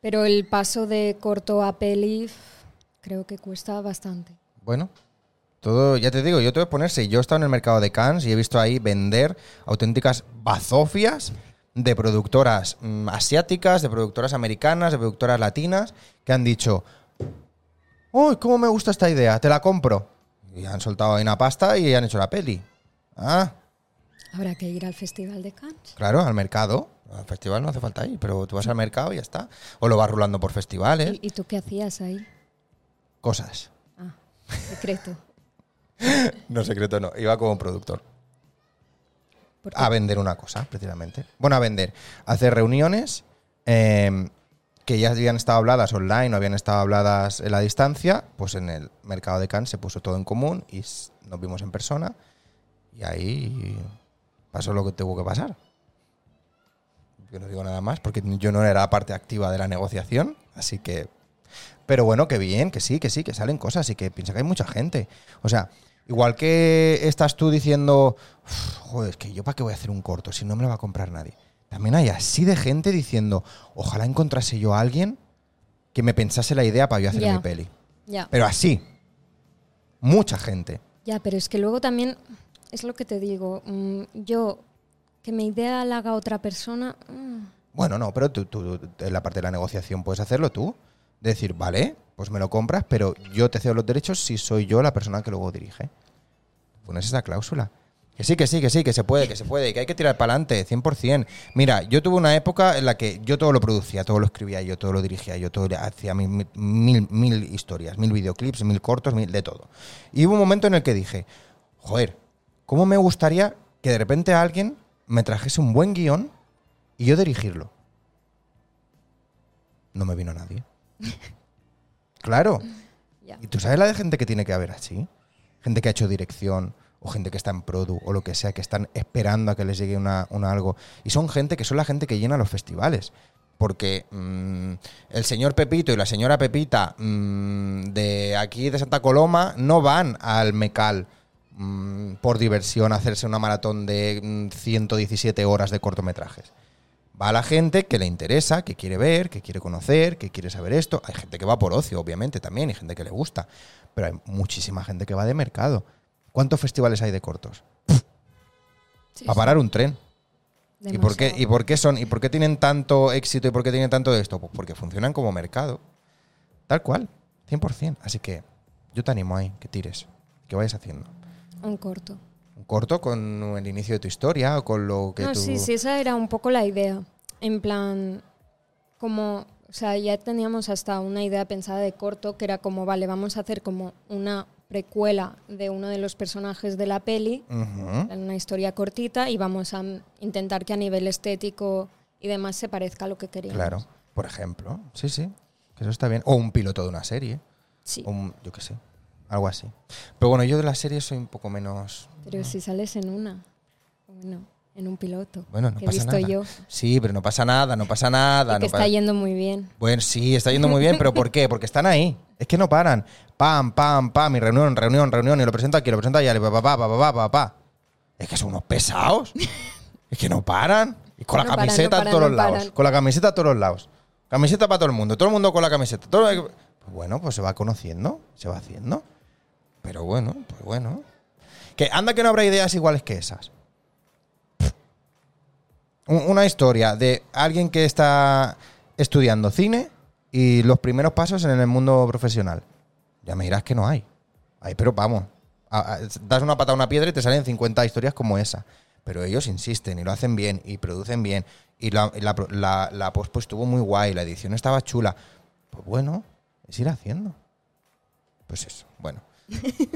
Speaker 2: Pero el paso de corto a peli f- creo que cuesta bastante.
Speaker 1: Bueno, todo, ya te digo, yo te voy a ponerse. Yo he estado en el mercado de Cannes y he visto ahí vender auténticas bazofias de productoras mm, asiáticas, de productoras americanas, de productoras latinas, que han dicho, ¡Uy, cómo me gusta esta idea! Te la compro. Y han soltado ahí una pasta y han hecho la peli. Ah,
Speaker 2: Habrá que ir al Festival de Cannes.
Speaker 1: claro, al mercado. Al festival no hace falta ir, pero tú vas al mercado y ya está. O lo vas rulando por festivales.
Speaker 2: ¿Y, y tú qué hacías ahí?
Speaker 1: Cosas.
Speaker 2: Ah, secreto.
Speaker 1: No, secreto no. Iba como productor.
Speaker 2: Porque
Speaker 1: a vender una cosa, precisamente. Bueno, a vender. A hacer reuniones eh, que ya habían estado habladas online o habían estado habladas en la distancia. Pues en el mercado de Cannes se puso todo en común y s- nos vimos en persona. Y ahí pasó lo que tuvo que pasar. Yo no digo nada más porque yo no era la parte activa de la negociación, así que... Pero bueno, que bien, que sí, que sí, que salen cosas y que piensa que hay mucha gente. O sea, igual que estás tú diciendo, "Uf, joder, es que yo para qué voy a hacer un corto si no me lo va a comprar nadie. También hay así de gente diciendo, ojalá encontrase yo a alguien que me pensase la idea para yo hacer
Speaker 2: Ya.
Speaker 1: mi peli.
Speaker 2: ya.
Speaker 1: Pero así. Mucha gente.
Speaker 2: Ya, pero es que luego también es lo que te digo. mm, yo, que mi idea la haga otra persona. mm,
Speaker 1: Bueno, no, pero tú, tú- tú- en la parte de la negociación puedes hacerlo tú. Decir, vale, pues me lo compras, pero yo te cedo los derechos si soy yo la persona que luego dirige. Pones esa cláusula. Que sí, que sí, que sí, que se puede, que se puede, que hay que tirar para adelante, 100%. Mira, yo tuve una época en la que yo todo lo producía, todo lo escribía yo, todo lo dirigía yo, todo le- hacía mi- mi- mil, mil historias, mil videoclips, mil cortos, mil de todo. Y hubo un momento en el que dije, joder, ¿cómo me gustaría que de repente alguien me trajese un buen guión y yo dirigirlo? No me vino nadie. claro.
Speaker 2: ya.
Speaker 1: ¿Y tú sabes la de gente que tiene que haber así? Gente que ha hecho dirección o gente que está en produ o lo que sea, que están esperando a que les llegue una, una algo. Y son gente que son la gente que llena los festivales. Porque mm, el señor Pepito y la señora Pepita mm, de aquí de Santa Coloma no van al Mecal mm, por diversión a hacerse una maratón de mm, 117 horas de cortometrajes. Va la gente que le interesa, que quiere ver, que quiere conocer, que quiere saber esto. Hay gente que va por ocio, obviamente, también, y gente que le gusta. Pero hay muchísima gente que va de mercado. ¿Cuántos festivales hay de cortos?
Speaker 2: Sí,
Speaker 1: A parar un tren. ¿Y por, qué,
Speaker 2: demasiado.
Speaker 1: ¿Y por qué son? ¿Y por qué tienen tanto éxito? ¿Y por qué tienen tanto de esto? Pues porque funcionan como mercado. Tal cual. 100%. Así que yo te animo ahí, que tires. Que vayas haciendo.
Speaker 2: Un corto.
Speaker 1: Un corto con el inicio de tu historia o con lo que
Speaker 2: no,
Speaker 1: tú...
Speaker 2: sí, sí, esa era un poco la idea. En plan, como, o sea, ya teníamos hasta una idea pensada de corto, que era como, vale, vamos a hacer como una precuela de uno de los personajes de la peli,
Speaker 1: Ujú.
Speaker 2: en una historia cortita, y vamos a mm, intentar que a nivel estético y demás se parezca a lo que queríamos.
Speaker 1: Claro. Por ejemplo. Sí, sí. Que eso está bien. O un piloto de una serie.
Speaker 2: Sí,
Speaker 1: o un- yo qué sé. Algo así. Pero bueno, yo de las series soy un poco menos...
Speaker 2: pero si sales en una, bueno, en un piloto,
Speaker 1: Bueno, no
Speaker 2: que he
Speaker 1: pasa
Speaker 2: visto
Speaker 1: nada.
Speaker 2: yo,
Speaker 1: Sí, pero no pasa nada, no pasa nada.
Speaker 2: y que
Speaker 1: no
Speaker 2: está
Speaker 1: pa-
Speaker 2: yendo muy bien.
Speaker 1: Bueno, sí, está yendo muy bien, pero ¿por qué? Porque están ahí. Es que no paran. Pam, pam, pam, y reunión, reunión, reunión, y lo presento aquí, lo presento allá, y pa, pa, pa, pa, pa, pa, pa. Es que son unos pesados. Es que no paran. Y con la
Speaker 2: No paran,
Speaker 1: camiseta
Speaker 2: no
Speaker 1: a
Speaker 2: paran,
Speaker 1: todos
Speaker 2: no
Speaker 1: los lados.
Speaker 2: paran.
Speaker 1: Con la camiseta a todos los lados. Camiseta para todo el mundo. Todo el mundo con la camiseta. Todo el- Pues Bueno, pues se va conociendo, se va haciendo. Pero bueno, pues bueno. Que anda que no habrá ideas iguales que esas. Un- Una historia de alguien que está estudiando cine y los primeros pasos en el mundo profesional. Ya me dirás que no hay. Hay, pero vamos. A- a- das una pata a una piedra y te salen 50 historias como esa. Pero ellos insisten y lo hacen bien y producen bien. Y la, y la pro- la- la post pues, estuvo muy guay, la edición estaba chula. Pues bueno, es ir haciendo. Pues eso, bueno.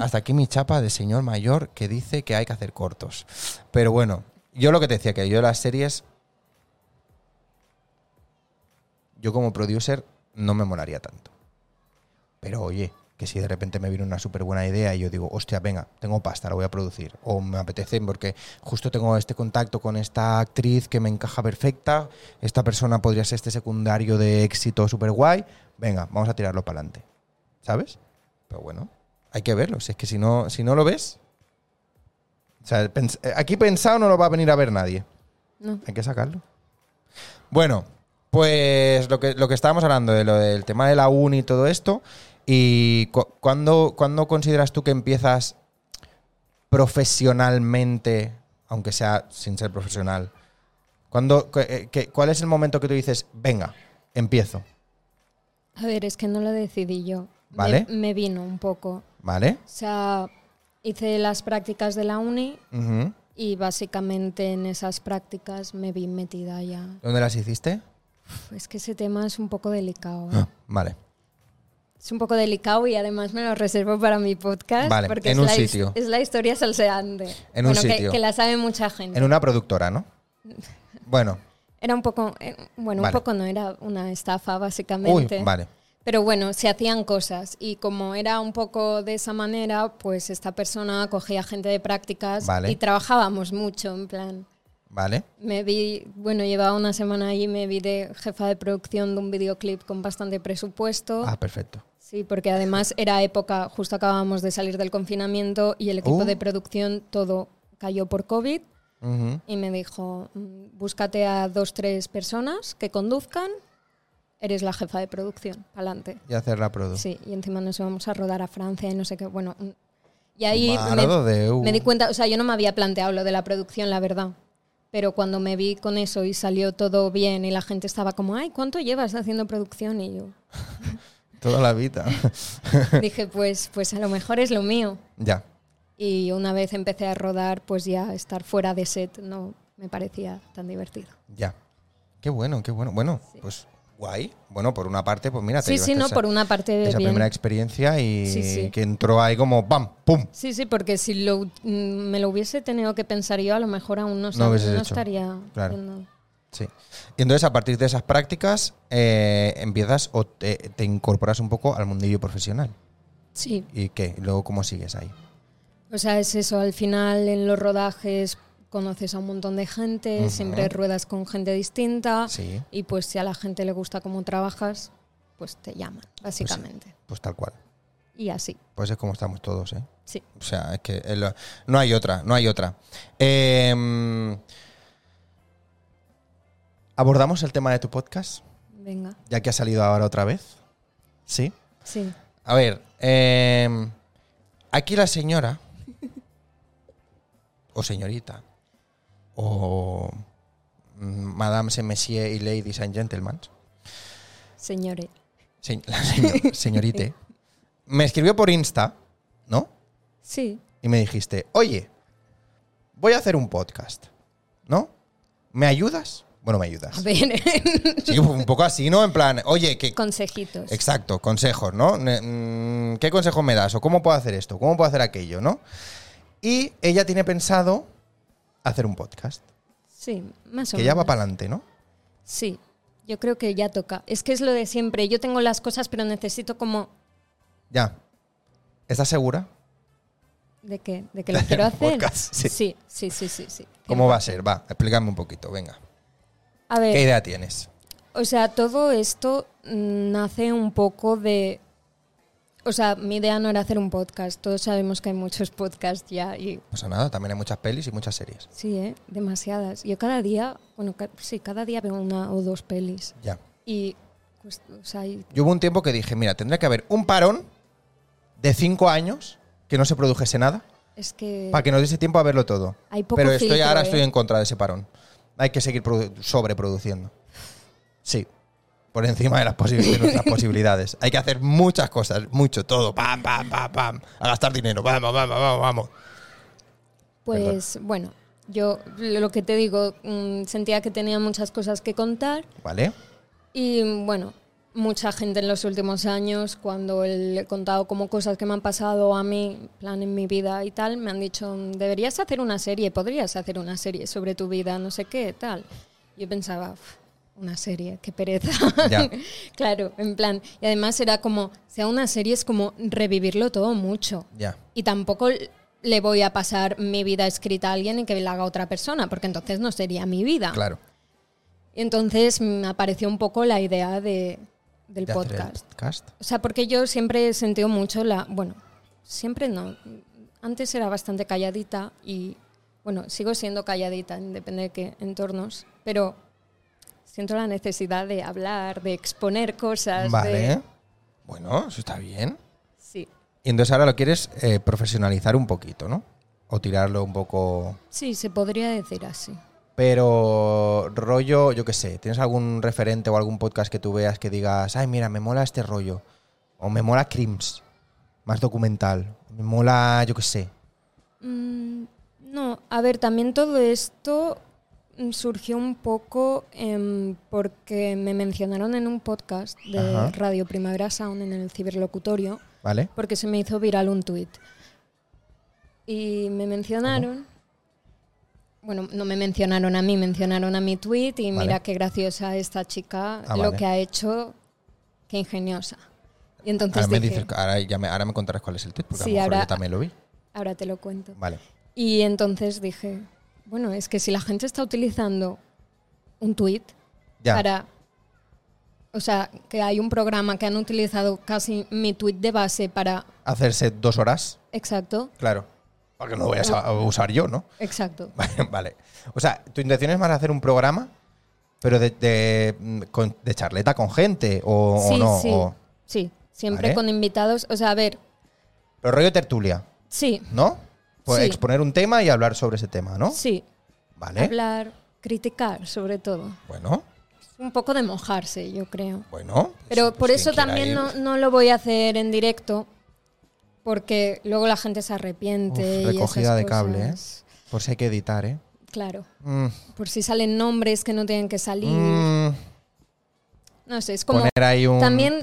Speaker 1: Hasta aquí mi chapa de señor mayor que dice que hay que hacer cortos. Pero bueno, yo lo que te decía, que yo las series. Yo como producer no me molaría tanto. Pero oye, que si de repente me viene una súper buena idea y yo digo, hostia, venga, tengo pasta, la voy a producir. O me apetece porque justo tengo este contacto con esta actriz que me encaja perfecta. Esta persona podría ser este secundario de éxito súper guay. Venga, vamos a tirarlo para adelante. ¿Sabes? Pero bueno, hay que verlo. Si es que si no, si no lo ves. O sea, pens- eh, aquí pensado no lo va a venir a ver nadie.
Speaker 2: No.
Speaker 1: Hay que sacarlo. Bueno, pues lo que, lo que estábamos hablando de lo del tema de la uni y todo esto. ¿Y cu- cuándo, cuándo consideras tú que empiezas profesionalmente, aunque sea sin ser profesional? ¿Cuándo, cu- eh, que- ¿Cuál es el momento que tú dices, venga, empiezo?
Speaker 2: A ver, es que no lo decidí yo. Me-
Speaker 1: Vale.
Speaker 2: me vino un poco.
Speaker 1: ¿Vale?
Speaker 2: O sea, hice las prácticas de la uni
Speaker 1: Ujú.
Speaker 2: y básicamente en esas prácticas me vi metida ya.
Speaker 1: ¿Dónde las hiciste?
Speaker 2: Uf, es que ese tema es un poco delicado. ¿eh?
Speaker 1: Ah, Vale.
Speaker 2: Es un poco delicado y además me lo reservo para mi podcast.
Speaker 1: Vale,
Speaker 2: porque
Speaker 1: en
Speaker 2: es
Speaker 1: un
Speaker 2: la his-
Speaker 1: sitio.
Speaker 2: Es la historia salseante.
Speaker 1: En un
Speaker 2: bueno, que-
Speaker 1: sitio.
Speaker 2: Que, la sabe mucha gente.
Speaker 1: En una productora, ¿no? Bueno.
Speaker 2: Era un poco, eh, bueno,
Speaker 1: Vale.
Speaker 2: un poco no, era una estafa
Speaker 1: Uy,
Speaker 2: básicamente.
Speaker 1: vale.
Speaker 2: Pero bueno, se hacían cosas y como era un poco de esa manera, pues esta persona cogía gente de prácticas
Speaker 1: Vale.
Speaker 2: y trabajábamos mucho, en plan.
Speaker 1: Vale.
Speaker 2: Me vi, bueno, llevaba una semana allí, me vi de jefa de producción de un videoclip con bastante presupuesto.
Speaker 1: Ah, perfecto.
Speaker 2: Sí, porque además era época, justo acabábamos de salir del confinamiento y el equipo
Speaker 1: Uh.
Speaker 2: de producción todo cayó por COVID
Speaker 1: Ujú.
Speaker 2: y me dijo, "Mm, búscate a dos, tres personas que conduzcan, eres la jefa de producción, adelante.
Speaker 1: Y hacer la produ.
Speaker 2: Sí, y encima nos íbamos a rodar a Francia y no sé qué. Bueno, mm, y ahí
Speaker 1: Marado
Speaker 2: me,
Speaker 1: de- uh.
Speaker 2: me di cuenta, o sea, yo no me había planteado lo de la producción, la verdad. Pero cuando me vi con eso y salió todo bien y la gente estaba como, ay, ¿cuánto llevas haciendo producción? Y yo
Speaker 1: Toda la vida.
Speaker 2: dije, pues, pues a lo mejor es lo mío.
Speaker 1: ya.
Speaker 2: Y una vez empecé a rodar, pues ya estar fuera de set no me parecía tan divertido.
Speaker 1: Ya. Qué bueno, qué bueno. Bueno, pues guay. Bueno, por una parte, pues mira, te
Speaker 2: Sí,
Speaker 1: llevaste
Speaker 2: sí, no,
Speaker 1: esa,
Speaker 2: por una parte
Speaker 1: esa
Speaker 2: bien.
Speaker 1: primera experiencia y
Speaker 2: Sí, sí.
Speaker 1: que entró ahí como ¡pam! ¡pum!
Speaker 2: Sí, sí, porque si lo, mm, me lo hubiese tenido que pensar yo, a lo mejor aún no, sab-
Speaker 1: hubieses
Speaker 2: no
Speaker 1: hecho.
Speaker 2: estaría
Speaker 1: Claro.
Speaker 2: haciendo-
Speaker 1: Sí. Y entonces, a partir de esas prácticas, eh, empiezas o te, te incorporas un poco al mundillo profesional.
Speaker 2: Sí,
Speaker 1: ¿Y qué? ¿Y luego cómo sigues ahí?
Speaker 2: o sea, es eso, al final en los rodajes conoces a un montón de gente,
Speaker 1: Ujú.
Speaker 2: siempre ruedas con gente distinta
Speaker 1: Sí.
Speaker 2: y pues si a la gente le gusta cómo trabajas, pues te llaman, básicamente.
Speaker 1: Pues tal cual.
Speaker 2: Y así,
Speaker 1: Pues es como estamos todos, ¿eh?
Speaker 2: sí.
Speaker 1: O sea, es que el- no hay otra, no hay otra. Eh, ¿Abordamos el tema de tu podcast?
Speaker 2: Venga,
Speaker 1: Ya que ha salido ahora otra vez. Sí.
Speaker 2: sí.
Speaker 1: A ver, eh, aquí la señora o señorita, o mm, madame, se monsieur y ladies and gentlemen,
Speaker 2: Señores.
Speaker 1: se- la señor- señorite, me escribió por Insta, ¿no?
Speaker 2: Sí,
Speaker 1: y me dijiste, oye, voy a hacer un podcast, ¿no? ¿Me ayudas? Bueno, me
Speaker 2: a
Speaker 1: ayudas.
Speaker 2: ver,
Speaker 1: Sí, un poco así, ¿no? En plan, oye, que...
Speaker 2: consejitos.
Speaker 1: Exacto, consejos, ¿no? Ne- mm, ¿Qué consejo me das? ¿O cómo puedo hacer esto? ¿Cómo puedo hacer aquello? ¿No? Y ella tiene pensado hacer un podcast,
Speaker 2: Sí, más o
Speaker 1: que ya va
Speaker 2: menos.
Speaker 1: para adelante, ¿no?
Speaker 2: Sí, yo creo que ya toca. Es que es lo de siempre. Yo tengo las cosas, pero necesito como...
Speaker 1: Ya. ¿Estás segura?
Speaker 2: ¿De qué? ¿De que lo quiero
Speaker 1: un
Speaker 2: hacer?
Speaker 1: podcast, sí.
Speaker 2: sí, sí, sí, sí. sí.
Speaker 1: ¿Cómo va a ser? Va, explícame un poquito, venga.
Speaker 2: A ver,
Speaker 1: ¿Qué idea tienes?
Speaker 2: O sea, todo esto mm, nace un poco de... O sea, mi idea no era hacer un podcast. Todos sabemos que hay muchos podcasts ya y...
Speaker 1: No pasa nada, también hay muchas pelis y muchas series.
Speaker 2: Sí, ¿eh? Demasiadas. Yo cada día, bueno, ca- sí, cada día veo una o dos pelis.
Speaker 1: Ya.
Speaker 2: Y, pues, o sea, y-
Speaker 1: Yo hubo un tiempo que dije, mira, tendría que haber un parón de cinco años que no se produjese nada
Speaker 2: es que...
Speaker 1: para que nos diese tiempo a verlo todo.
Speaker 2: Hay poco
Speaker 1: Pero estoy
Speaker 2: filtro,
Speaker 1: ahora
Speaker 2: ¿eh?
Speaker 1: estoy en contra de ese parón. Hay que seguir produ- sobreproduciendo. Sí. Por encima de, las posi- de nuestras posibilidades. Hay que hacer muchas cosas, mucho, todo. Pam, pam, pam, pam. A gastar dinero. Vamos, vamos, vamos, vamos.
Speaker 2: Pues bueno, yo lo que te digo, mm, sentía que tenía muchas cosas que contar
Speaker 1: ¿Vale?
Speaker 2: y bueno, mucha gente en los últimos años, cuando le he contado como cosas que me han pasado a mí, en plan en mi vida y tal, me han dicho, "Mm, deberías hacer una serie, podrías hacer una serie sobre tu vida, no sé qué, tal. Yo pensaba, "Uf, una serie, qué pereza.
Speaker 1: Ya.
Speaker 2: claro, en plan. Y además era como, sea una serie es como revivirlo todo mucho.
Speaker 1: Ya.
Speaker 2: Y tampoco le voy a pasar mi vida escrita a alguien y que la haga otra persona, porque entonces no sería mi vida.
Speaker 1: Claro.
Speaker 2: Y entonces me apareció un poco la idea de, del
Speaker 1: De hacer el
Speaker 2: podcast.
Speaker 1: podcast.
Speaker 2: O sea, porque yo siempre he sentido mucho la... Bueno, siempre no. Antes era bastante calladita y, bueno, sigo siendo calladita, en depende de qué entornos, pero siento la necesidad de hablar, de exponer cosas.
Speaker 1: Vale.
Speaker 2: de-
Speaker 1: Bueno, eso está bien.
Speaker 2: sí,
Speaker 1: Y entonces ahora lo quieres eh, profesionalizar un poquito, ¿no? O tirarlo un poco.
Speaker 2: sí, se podría decir así.
Speaker 1: Pero rollo, yo qué sé, ¿tienes algún referente o algún podcast que tú veas que digas, ay, mira, me mola este rollo? O me mola Crims, más documental. Me mola, yo qué sé.
Speaker 2: Mm, no, a ver, también todo esto mm, surgió un poco em, porque me mencionaron en un podcast de
Speaker 1: Ajá.
Speaker 2: Radio Primavera Sound en el ciberlocutorio,
Speaker 1: ¿Vale?
Speaker 2: porque se me hizo viral un tuit. Y me mencionaron, bueno, no me mencionaron a mí, mencionaron a mi tuit y
Speaker 1: Vale.
Speaker 2: mira qué graciosa esta chica,
Speaker 1: Ah,
Speaker 2: lo
Speaker 1: vale.
Speaker 2: que ha hecho, qué ingeniosa. Y entonces
Speaker 1: Ahora me,
Speaker 2: dije,
Speaker 1: dices, ahora, ya me, ahora me contarás cuál es el tweet, porque
Speaker 2: Sí,
Speaker 1: a lo mejor
Speaker 2: ahora-
Speaker 1: yo también lo vi.
Speaker 2: ahora te lo cuento.
Speaker 1: Vale.
Speaker 2: Y entonces dije, bueno, es que si la gente está utilizando un tweet
Speaker 1: Ya.
Speaker 2: para... O sea, que hay un programa que han utilizado casi mi tweet de base para...
Speaker 1: Hacerse dos horas,
Speaker 2: Exacto,
Speaker 1: claro. Porque no lo voy a sa- a usar yo, ¿no?
Speaker 2: exacto.
Speaker 1: Vale, vale. O sea, tu intención es más hacer un programa, pero de, de, mm, con- de charleta con gente, o, o
Speaker 2: sí,
Speaker 1: no.
Speaker 2: sí,
Speaker 1: o-
Speaker 2: sí, siempre
Speaker 1: Vale.
Speaker 2: con invitados. O sea, a ver,
Speaker 1: pero rollo tertulia,
Speaker 2: sí,
Speaker 1: ¿no? Pues
Speaker 2: Sí.
Speaker 1: exponer un tema y hablar sobre ese tema, ¿no? ¿Eh?
Speaker 2: sí,
Speaker 1: Vale.
Speaker 2: hablar, criticar sobre todo.
Speaker 1: Bueno,
Speaker 2: Un poco de mojarse, yo creo.
Speaker 1: bueno.
Speaker 2: Pero
Speaker 1: pues
Speaker 2: por
Speaker 1: quien
Speaker 2: eso
Speaker 1: quiera
Speaker 2: también
Speaker 1: ir.
Speaker 2: no, no lo voy a hacer en directo, porque luego la gente se
Speaker 1: Uf,
Speaker 2: arrepiente. y
Speaker 1: recogida
Speaker 2: esas
Speaker 1: de cable, ¿eh?
Speaker 2: cosas.
Speaker 1: Por si hay que editar, ¿eh?
Speaker 2: Claro,
Speaker 1: Mm,
Speaker 2: por si salen nombres que no tienen que salir.
Speaker 1: mm,
Speaker 2: No sé, es como...
Speaker 1: poner ahí un. Mm.
Speaker 2: También,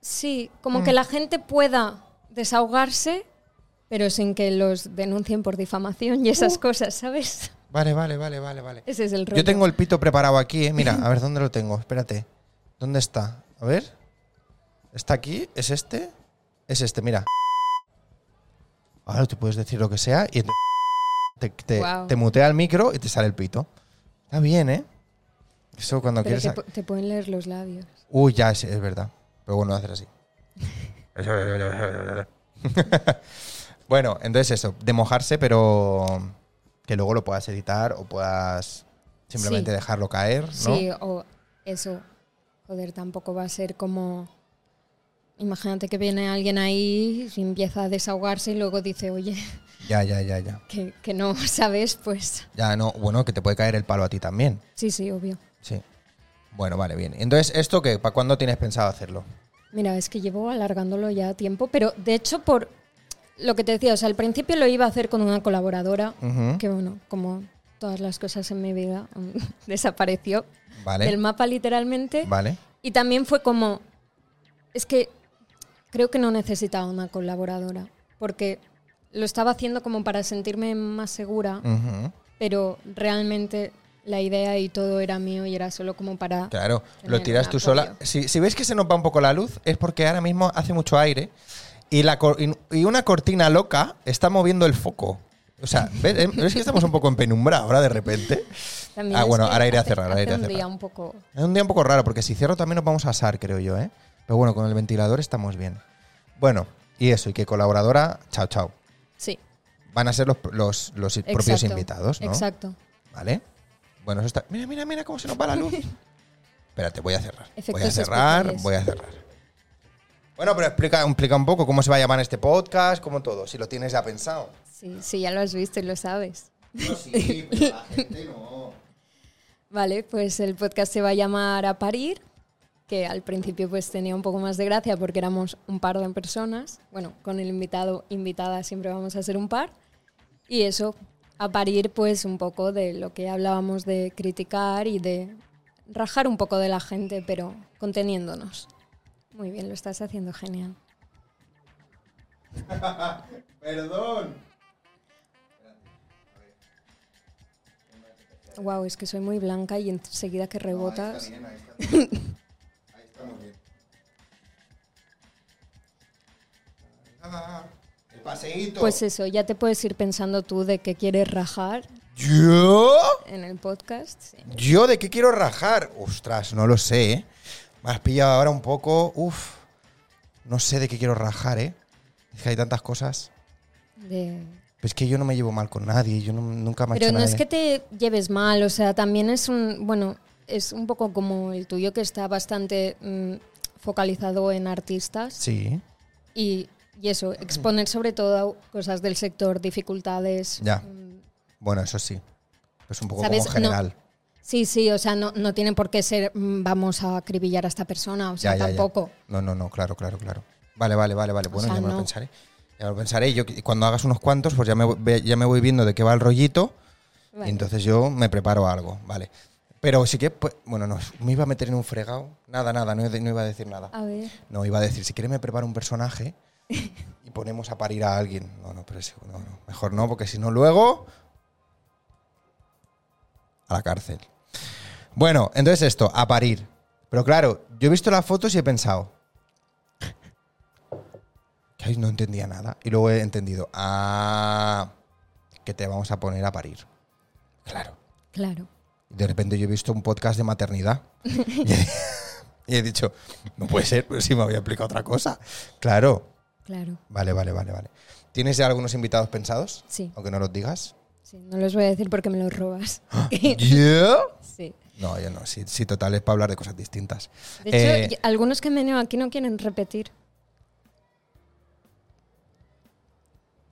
Speaker 2: sí, como que la gente pueda desahogarse, pero sin que los denuncien por difamación y esas cosas, ¿sabes?
Speaker 1: Vale, vale, vale, vale, vale.
Speaker 2: Ese es el rollo.
Speaker 1: Uh. Yo tengo el pito preparado aquí, ¿eh? Mira, a ver dónde lo tengo. Espérate. ¿Dónde está? A ver. ¿Está aquí? ¿Es este? Es este, mira. Ahora tú puedes decir lo que sea y te, te, te-
Speaker 2: Guau.
Speaker 1: te mutea el micro y te sale el pito. Está bien, ¿eh? Eso cuando
Speaker 2: Pero
Speaker 1: quieres.
Speaker 2: te, pu- te pueden leer los labios.
Speaker 1: Uy, ya, es, es verdad. Pero bueno, hacer así. bueno, entonces eso, de mojarse, pero que luego lo puedas editar o puedas simplemente
Speaker 2: Sí.
Speaker 1: dejarlo caer, ¿no?
Speaker 2: Sí, o eso. Joder, tampoco va a ser como Imagínate que viene alguien ahí y empieza a desahogarse y luego dice, oye,
Speaker 1: Ya, ya, ya, ya.
Speaker 2: que, que no sabes, pues
Speaker 1: Ya, no, bueno, que te puede caer el palo a ti también.
Speaker 2: sí, sí, obvio.
Speaker 1: Sí. Bueno, vale, bien. Entonces, ¿esto qué? ¿Para cuándo tienes pensado hacerlo?
Speaker 2: Mira, es que llevo alargándolo ya tiempo, pero de hecho por lo que te decía, o sea, al principio lo iba a hacer con una colaboradora,
Speaker 1: Ujú.
Speaker 2: que bueno, como todas las cosas en mi vida desapareció
Speaker 1: Vale.
Speaker 2: del mapa literalmente.
Speaker 1: Vale.
Speaker 2: Y también fue como, es que creo que no necesitaba una colaboradora, porque lo estaba haciendo como para sentirme más segura,
Speaker 1: Mm. Ujú.
Speaker 2: pero realmente la idea y todo era mío y era solo como para...
Speaker 1: Claro,
Speaker 2: Tener
Speaker 1: lo tiras
Speaker 2: un
Speaker 1: tú
Speaker 2: apoyo.
Speaker 1: sola. Si, si ves que se nos va un poco la luz, es porque ahora mismo hace mucho aire y, la cor- y- y una cortina loca está moviendo el foco. O sea, ¿ves, Eh, ¿ves que estamos un poco en penumbra ahora de repente?
Speaker 2: También
Speaker 1: Ah,
Speaker 2: es
Speaker 1: bueno,
Speaker 2: que
Speaker 1: ahora iré a
Speaker 2: hace-
Speaker 1: cerrar, ahora
Speaker 2: hace
Speaker 1: iré a
Speaker 2: un día
Speaker 1: cerrar.
Speaker 2: un poco...
Speaker 1: Es un día un poco raro porque si cierro también nos vamos a asar, creo yo, ¿eh? Pero bueno, con el ventilador estamos bien. Bueno, y eso, y que colaboradora, chao, chao.
Speaker 2: Sí,
Speaker 1: Van a ser los, los- los propios
Speaker 2: exacto,
Speaker 1: invitados, ¿no?
Speaker 2: Exacto,
Speaker 1: ¿Vale? Bueno, eso está. Mira, mira, mira cómo se nos va la luz. Espérate, voy a cerrar. voy a
Speaker 2: Efectos
Speaker 1: cerrar,
Speaker 2: especiales.
Speaker 1: voy a cerrar. Bueno, pero explica, explica un poco cómo se va a llamar este podcast, cómo todo, si lo tienes ya pensado.
Speaker 2: sí, sí, ya lo has visto y lo sabes.
Speaker 1: No, sí, pero la gente no.
Speaker 2: Vale, pues el podcast se va a llamar A Parir, que al principio pues tenía un poco más de gracia porque éramos un par de personas. Bueno, con el invitado, invitada siempre vamos a ser un par. Y eso, a parir pues un poco de lo que hablábamos de criticar y de rajar un poco de la gente, pero conteniéndonos. Muy bien, lo estás haciendo genial.
Speaker 1: Perdón.
Speaker 2: Wow, es que soy muy blanca y enseguida que rebotas.
Speaker 1: ahí está bien. Ahí estamos bien. El paseíto.
Speaker 2: Pues eso, ya te puedes ir pensando tú de qué quieres rajar
Speaker 1: ¿Yo?
Speaker 2: en el podcast. sí.
Speaker 1: ¿Yo de qué quiero rajar? Ostras, no lo sé, ¿eh? Me has pillado ahora un poco. Uf. No sé de qué quiero rajar, ¿eh? Es que hay tantas cosas.
Speaker 2: De-
Speaker 1: Pero es que yo no me llevo mal con nadie. Yo no- nunca me ha
Speaker 2: Pero
Speaker 1: hecho
Speaker 2: no es
Speaker 1: nadie-
Speaker 2: que te lleves mal, o sea, también es un, bueno, es un poco como el tuyo que está bastante mm, focalizado en artistas
Speaker 1: Sí,
Speaker 2: y, y eso, exponer sobre todo cosas del sector, dificultades.
Speaker 1: Ya.
Speaker 2: mm,
Speaker 1: bueno, eso sí. Es un poco
Speaker 2: ¿Sabes?
Speaker 1: como general.
Speaker 2: Sí, sí, o sea, no, no tiene por qué ser mm, vamos a acribillar a esta persona, o sea,
Speaker 1: ya, ya, ya.
Speaker 2: tampoco.
Speaker 1: No, no, no, claro, claro, claro. Vale, vale, vale, vale. Bueno,
Speaker 2: sea,
Speaker 1: ya me lo
Speaker 2: no.
Speaker 1: pensaré. Ya me lo pensaré. Yo, cuando hagas unos cuantos, pues ya me, voy- ya me voy viendo de qué va el rollito.
Speaker 2: Vale.
Speaker 1: Y entonces yo me preparo algo, vale. Pero sí que, pues, bueno, no, me iba a meter en un fregado. Nada, nada, no, no iba a decir nada.
Speaker 2: A ver,
Speaker 1: No, iba a decir, si quieres me preparo un personaje y ponemos a parir a alguien. No, no, pero sí, no, no, mejor no, porque si no luego... A la cárcel. Bueno, entonces esto, a parir. Pero claro, yo he visto las fotos y he pensado... Que ahí no entendía nada. Y luego he entendido, ah, que te vamos a poner a parir. Claro.
Speaker 2: claro.
Speaker 1: De repente yo he visto un podcast de maternidad. y, he, y he dicho, no puede ser, pero si me había explicado otra cosa. Claro.
Speaker 2: Claro,
Speaker 1: Vale, vale, vale, vale. ¿Tienes ya algunos invitados pensados?
Speaker 2: Sí.
Speaker 1: Aunque no los digas.
Speaker 2: sí, no los voy a decir porque me los robas.
Speaker 1: Ah. ¿Yo?
Speaker 2: sí.
Speaker 1: No, yo no. Sí, sí, total, es para hablar de cosas distintas.
Speaker 2: De hecho,
Speaker 1: Eh,
Speaker 2: y- algunos que han venido aquí no quieren repetir.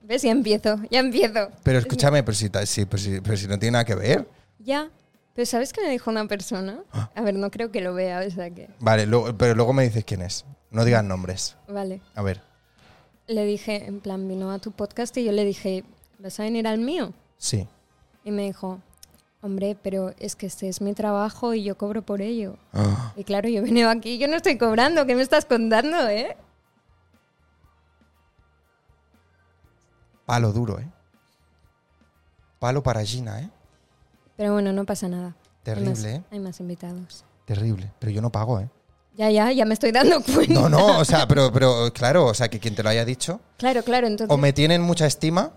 Speaker 2: ¿Ves? Ya empiezo, ya empiezo.
Speaker 1: pero escúchame, pero si, ta- si- pero si- pero si no tiene nada que ver.
Speaker 2: Ya. Pero ¿sabes qué me dijo una persona?
Speaker 1: Ah.
Speaker 2: A ver, no creo que lo vea, o sea que...
Speaker 1: Vale, luego- pero luego me dices quién es. No digas nombres.
Speaker 2: Vale.
Speaker 1: A ver.
Speaker 2: Le dije, en plan, vino a tu podcast y yo le dije, ¿vas a venir al mío?
Speaker 1: Sí.
Speaker 2: Y me dijo, hombre, pero es que este es mi trabajo y yo cobro por ello.
Speaker 1: Ah.
Speaker 2: Y claro, yo he venido aquí, yo no estoy cobrando, ¿qué me estás contando, eh?
Speaker 1: Palo duro, ¿eh? Palo para Gina, ¿eh?
Speaker 2: Pero bueno, no pasa nada. Hay más-
Speaker 1: Terrible, ¿eh?
Speaker 2: Hay más invitados.
Speaker 1: Terrible. Pero yo no pago, ¿eh?
Speaker 2: Ya, ya, ya me estoy dando cuenta.
Speaker 1: No, no, o sea, pero, pero claro, o sea, que quien te lo haya dicho.
Speaker 2: Claro, claro, entonces.
Speaker 1: O me tienen mucha estima,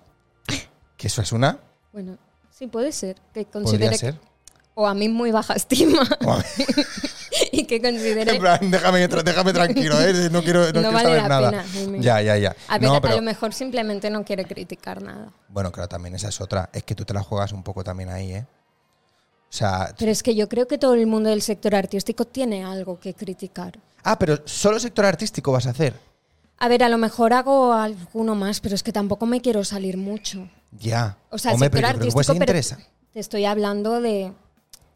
Speaker 1: que eso es una,
Speaker 2: Bueno, sí, puede ser. Que
Speaker 1: podría
Speaker 2: considere.
Speaker 1: ser.
Speaker 2: O a mí muy baja estima.
Speaker 1: O-
Speaker 2: y que considere.
Speaker 1: en plan, déjame, tra- déjame tranquilo, ¿eh? no quiero, no quiero
Speaker 2: vale
Speaker 1: saber
Speaker 2: la
Speaker 1: nada.
Speaker 2: pena, dime.
Speaker 1: Ya, ya, ya.
Speaker 2: A ver,
Speaker 1: No,
Speaker 2: a
Speaker 1: pero-
Speaker 2: lo mejor simplemente no quiere criticar nada.
Speaker 1: Bueno, claro, también esa es otra. Es que tú te la juegas un poco también ahí, ¿eh? O sea,
Speaker 2: Pero es que yo creo que todo el mundo del sector artístico tiene algo que criticar.
Speaker 1: ah, pero solo sector artístico vas a hacer.
Speaker 2: A ver, a lo mejor hago alguno más, pero es que tampoco me quiero salir mucho.
Speaker 1: Ya.
Speaker 2: O sea,
Speaker 1: Hombre, pero
Speaker 2: sector
Speaker 1: tu
Speaker 2: artístico,
Speaker 1: propuesta
Speaker 2: pero
Speaker 1: pues interesa.
Speaker 2: te estoy hablando de,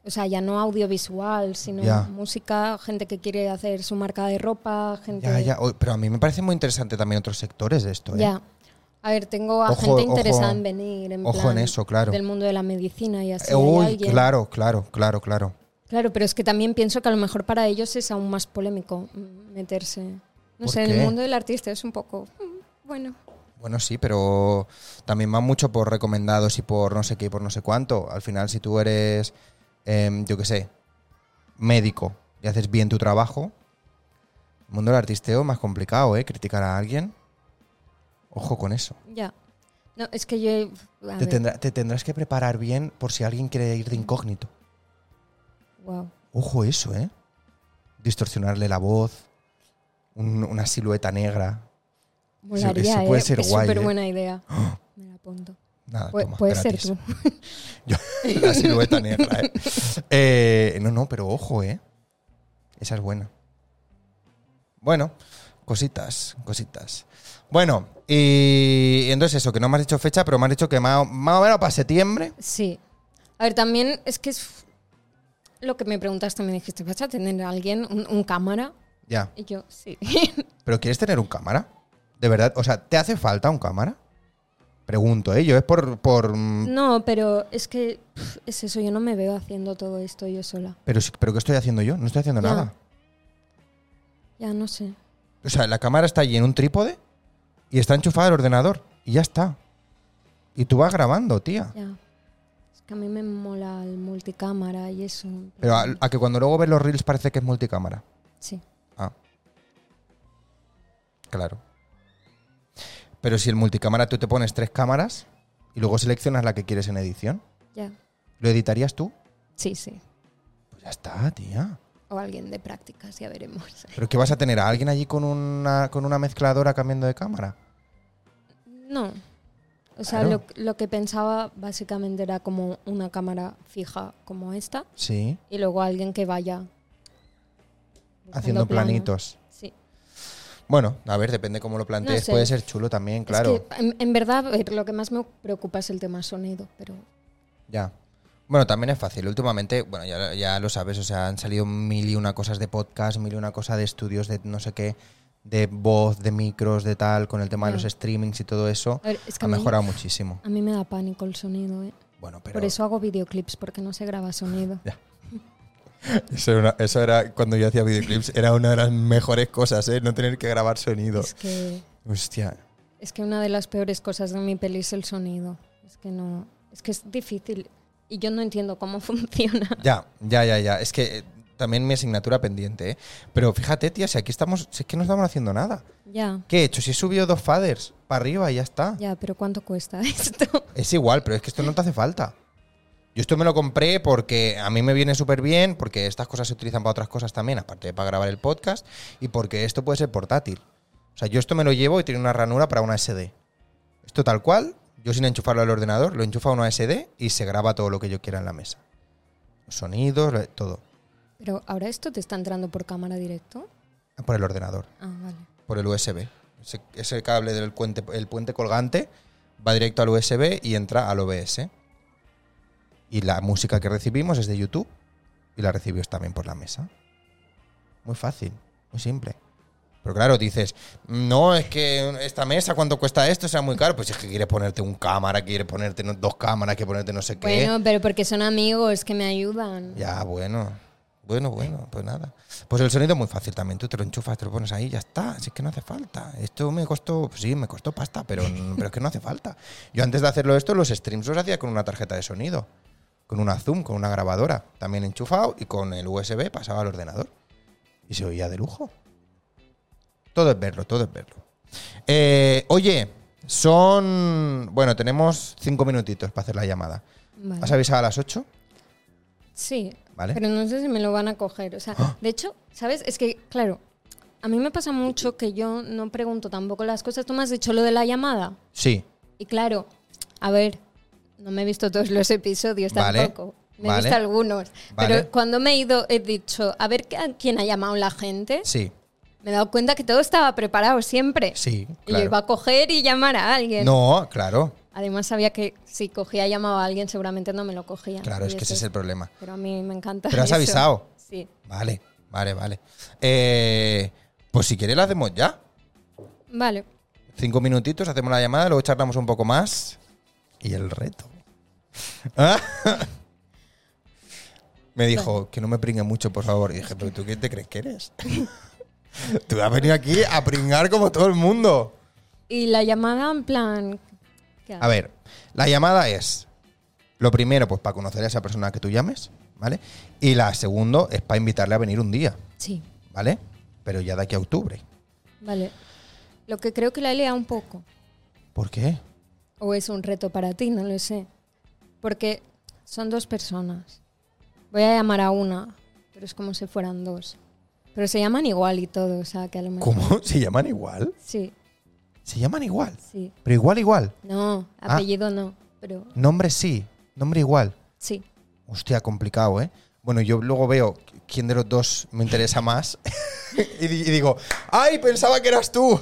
Speaker 2: o sea, ya no audiovisual, sino
Speaker 1: Ya.
Speaker 2: música, gente que quiere hacer su marca de ropa, gente...
Speaker 1: Ya, ya. Oye, Pero a mí me parece muy interesante también otros sectores de esto. ¿eh?
Speaker 2: Ya. A ver, tengo a
Speaker 1: Ojo,
Speaker 2: gente
Speaker 1: ojo-
Speaker 2: interesada en venir, en
Speaker 1: ojo en
Speaker 2: plan,
Speaker 1: eso, claro.
Speaker 2: del mundo de la medicina y así.
Speaker 1: Eh,
Speaker 2: pues hay
Speaker 1: Uy,
Speaker 2: alguien.
Speaker 1: claro, claro, claro, claro.
Speaker 2: Claro, pero es que también pienso que a lo mejor para ellos es aún más polémico mm, meterse. No
Speaker 1: ¿Por
Speaker 2: sé, en
Speaker 1: qué?
Speaker 2: el mundo del artista es un poco... mm, Bueno,
Speaker 1: Bueno, sí, pero también va mucho por recomendados y por no sé qué y por no sé cuánto. Al final, si tú eres, em, yo qué sé, médico y haces bien tu trabajo, el mundo del artisteo más complicado, ¿eh? Criticar a alguien. Ojo con eso.
Speaker 2: ya. No, es que yo... a
Speaker 1: Te,
Speaker 2: ver,
Speaker 1: tendrá- te tendrás que preparar bien por si alguien quiere ir de incógnito.
Speaker 2: guau.
Speaker 1: Ojo eso, ¿eh? Distorsionarle la voz, un- una silueta negra.
Speaker 2: Molaría,
Speaker 1: eso puede
Speaker 2: ¿eh?
Speaker 1: ser
Speaker 2: es
Speaker 1: guay,
Speaker 2: súper
Speaker 1: ¿eh?
Speaker 2: buena idea. Me la apunto.
Speaker 1: Nada,
Speaker 2: Pu-
Speaker 1: toma,
Speaker 2: puede ser
Speaker 1: gratis.
Speaker 2: tú.
Speaker 1: La silueta negra, ¿eh? Eh, No, no, pero ojo, ¿eh? Esa es buena. Bueno, cositas, cositas. Bueno, y entonces eso, que no me has dicho fecha, pero me has dicho que más, más o menos para septiembre.
Speaker 2: Sí. A ver, también es que es lo que me preguntaste, me dijiste, ¿vas a tener a alguien, un, un cámara?
Speaker 1: Ya.
Speaker 2: Y yo, sí.
Speaker 1: ¿Pero quieres tener un cámara? ¿De verdad? O sea, ¿te hace falta un cámara? Pregunto, ¿eh? Yo es por... por mm,
Speaker 2: no, pero es que pf, es eso, yo no me veo haciendo todo esto yo sola.
Speaker 1: pero, sí- ¿Pero qué estoy haciendo yo? No estoy haciendo
Speaker 2: Ya.
Speaker 1: nada.
Speaker 2: Ya no sé.
Speaker 1: O sea, la cámara está allí en un trípode y está enchufada al ordenador. Y ya está. Y tú vas grabando, tía.
Speaker 2: Ya. Es que a mí me mola el multicámara y eso.
Speaker 1: Pero a, a que cuando luego ves los reels parece que es multicámara.
Speaker 2: Sí.
Speaker 1: Ah. Claro. Pero si el multicámara tú te pones tres cámaras y luego seleccionas la que quieres en edición,
Speaker 2: Ya.
Speaker 1: ¿lo editarías tú?
Speaker 2: Sí, sí.
Speaker 1: Pues ya está, tía.
Speaker 2: O alguien de prácticas, ya veremos.
Speaker 1: ¿Pero qué vas a tener? ¿A alguien allí con una, con una mezcladora cambiando de cámara?
Speaker 2: No. O sea,
Speaker 1: Claro.
Speaker 2: lo, lo que pensaba básicamente era como una cámara fija como esta
Speaker 1: Sí.
Speaker 2: y luego alguien que vaya buscando
Speaker 1: Haciendo
Speaker 2: planos.
Speaker 1: planitos.
Speaker 2: Sí.
Speaker 1: Bueno, a ver, depende cómo lo plantees.
Speaker 2: sé.
Speaker 1: Puede ser chulo también, claro.
Speaker 2: Es que en, en verdad a ver, lo que más me preocupa es el tema sonido, pero
Speaker 1: Ya. Bueno, también es fácil. Últimamente, bueno, ya, ya lo sabes, o sea, han salido mil y una cosas de podcast, mil y una cosa de estudios, de no sé qué, de voz, de micros, de tal, con el tema de
Speaker 2: Ya.
Speaker 1: los streamings y todo eso.
Speaker 2: a ver, es que
Speaker 1: Ha
Speaker 2: a mí,
Speaker 1: mejorado muchísimo.
Speaker 2: a mí me da pánico el sonido, ¿eh?
Speaker 1: Bueno, pero.
Speaker 2: Por eso hago videoclips porque no se graba sonido.
Speaker 1: Eso era, una- eso era cuando yo hacía videoclips, era una de las mejores cosas, ¿eh? No tener que grabar sonido.
Speaker 2: es que
Speaker 1: Hostia.
Speaker 2: es que una de las peores cosas de mi peli es el sonido. Es que no, es que es difícil y yo no entiendo cómo funciona.
Speaker 1: Ya, ya, ya, ya. Es que eh, también mi asignatura pendiente, ¿eh? Pero fíjate, tía, si aquí estamos, si es que no estamos haciendo nada.
Speaker 2: ya.
Speaker 1: ¿Qué he hecho? Si he subido dos faders para arriba y ya está.
Speaker 2: Ya, pero ¿cuánto cuesta esto?
Speaker 1: Es igual, pero es que esto no te hace falta. Yo esto me lo compré porque a mí me viene súper bien, porque estas cosas se utilizan para otras cosas también, aparte de para grabar el podcast, y porque esto puede ser portátil. O sea, yo esto me lo llevo y tiene una ranura para una SD. Esto tal cual, yo sin enchufarlo al ordenador, lo enchufa a una SD y se graba todo lo que yo quiera en la mesa. Los sonidos, lo- todo.
Speaker 2: Pero ahora esto te está entrando por cámara directo.
Speaker 1: Por el ordenador,
Speaker 2: Ah, vale.
Speaker 1: por el USB. Ese, ese cable del puente, el puente colgante va directo al USB y entra al OBS. Y la música que recibimos es de YouTube y la recibimos también por la mesa. Muy fácil, muy simple. Pero claro, dices, no, es que esta mesa, ¿cuánto cuesta esto? Será muy caro. Pues es que quieres ponerte un cámara, quieres ponerte no- dos cámaras, quieres ponerte no sé qué.
Speaker 2: Bueno, pero porque son amigos que me ayudan.
Speaker 1: Ya, bueno. Bueno, bueno, pues nada. Pues el sonido es muy fácil también. Tú te lo enchufas, te lo pones ahí y ya está. Así que no hace falta. Esto me costó, sí, me costó pasta, pero, pero es que no hace falta. Yo antes de hacerlo esto, los streams los hacía con una tarjeta de sonido. Con una Zoom, con una grabadora. También enchufado y con el USB pasaba al ordenador. Y se oía de lujo. Todo es verlo, todo es verlo. Eh, oye, son... Bueno, tenemos cinco minutitos para hacer la llamada.
Speaker 2: Vale.
Speaker 1: ¿Has avisado a las ocho?
Speaker 2: Sí.
Speaker 1: Vale. ¡Ah!
Speaker 2: Pero no sé si me lo van a coger. O sea, de hecho, ¿sabes? Es que, claro, a mí me pasa mucho que yo no pregunto tampoco las cosas. Tú me has dicho lo de la llamada.
Speaker 1: Sí.
Speaker 2: Y claro, a ver, no me he visto todos los episodios
Speaker 1: Vale.
Speaker 2: tampoco. Me
Speaker 1: Vale.
Speaker 2: he visto algunos.
Speaker 1: Vale.
Speaker 2: Pero cuando me he ido, he dicho, a ver qué- a quién ha llamado la gente.
Speaker 1: Sí,
Speaker 2: Me he dado cuenta que todo estaba preparado siempre.
Speaker 1: sí,
Speaker 2: Y yo
Speaker 1: claro.
Speaker 2: iba a coger y llamar a alguien.
Speaker 1: No, claro,
Speaker 2: Además sabía que si cogía y llamaba a alguien, seguramente no me lo cogía.
Speaker 1: claro,
Speaker 2: Y
Speaker 1: es que
Speaker 2: eso
Speaker 1: ese es el problema.
Speaker 2: Pero a mí me encanta
Speaker 1: Pero has
Speaker 2: eso.
Speaker 1: avisado.
Speaker 2: Sí.
Speaker 1: Vale, vale, vale. Eh, pues si quieres la hacemos ya.
Speaker 2: Vale.
Speaker 1: Cinco minutitos, hacemos la llamada, luego charlamos un poco más. Y el reto. Ah. me dijo que no me pringue mucho, por favor. Y dije, ¿pero tú quién te crees que eres? tú has venido aquí a pringar como todo el mundo.
Speaker 2: Y la llamada en plan... ¿qué
Speaker 1: A ver, la llamada es lo primero, pues para conocer a esa persona que tú llames, ¿vale? Y la segundo es para invitarle a venir un día,
Speaker 2: Sí,
Speaker 1: ¿vale? Pero ya de aquí a octubre.
Speaker 2: vale. Lo que creo que la he liado un poco.
Speaker 1: ¿Por qué?
Speaker 2: O es un reto para ti, no lo sé. Porque son dos personas. Voy a llamar a una, pero es como si fueran dos. Pero se llaman igual y todo, o sea, que a lo mejor...
Speaker 1: ¿Cómo? ¿Se llaman igual?
Speaker 2: Sí,
Speaker 1: Se llaman igual.
Speaker 2: sí.
Speaker 1: Pero igual, igual.
Speaker 2: No,
Speaker 1: Ah.
Speaker 2: apellido no, pero
Speaker 1: Nombre sí, nombre igual.
Speaker 2: sí.
Speaker 1: Hostia, complicado, ¿eh? Bueno, yo luego veo quién de los dos me interesa más y, di- y digo, ¡ay, pensaba que eras tú!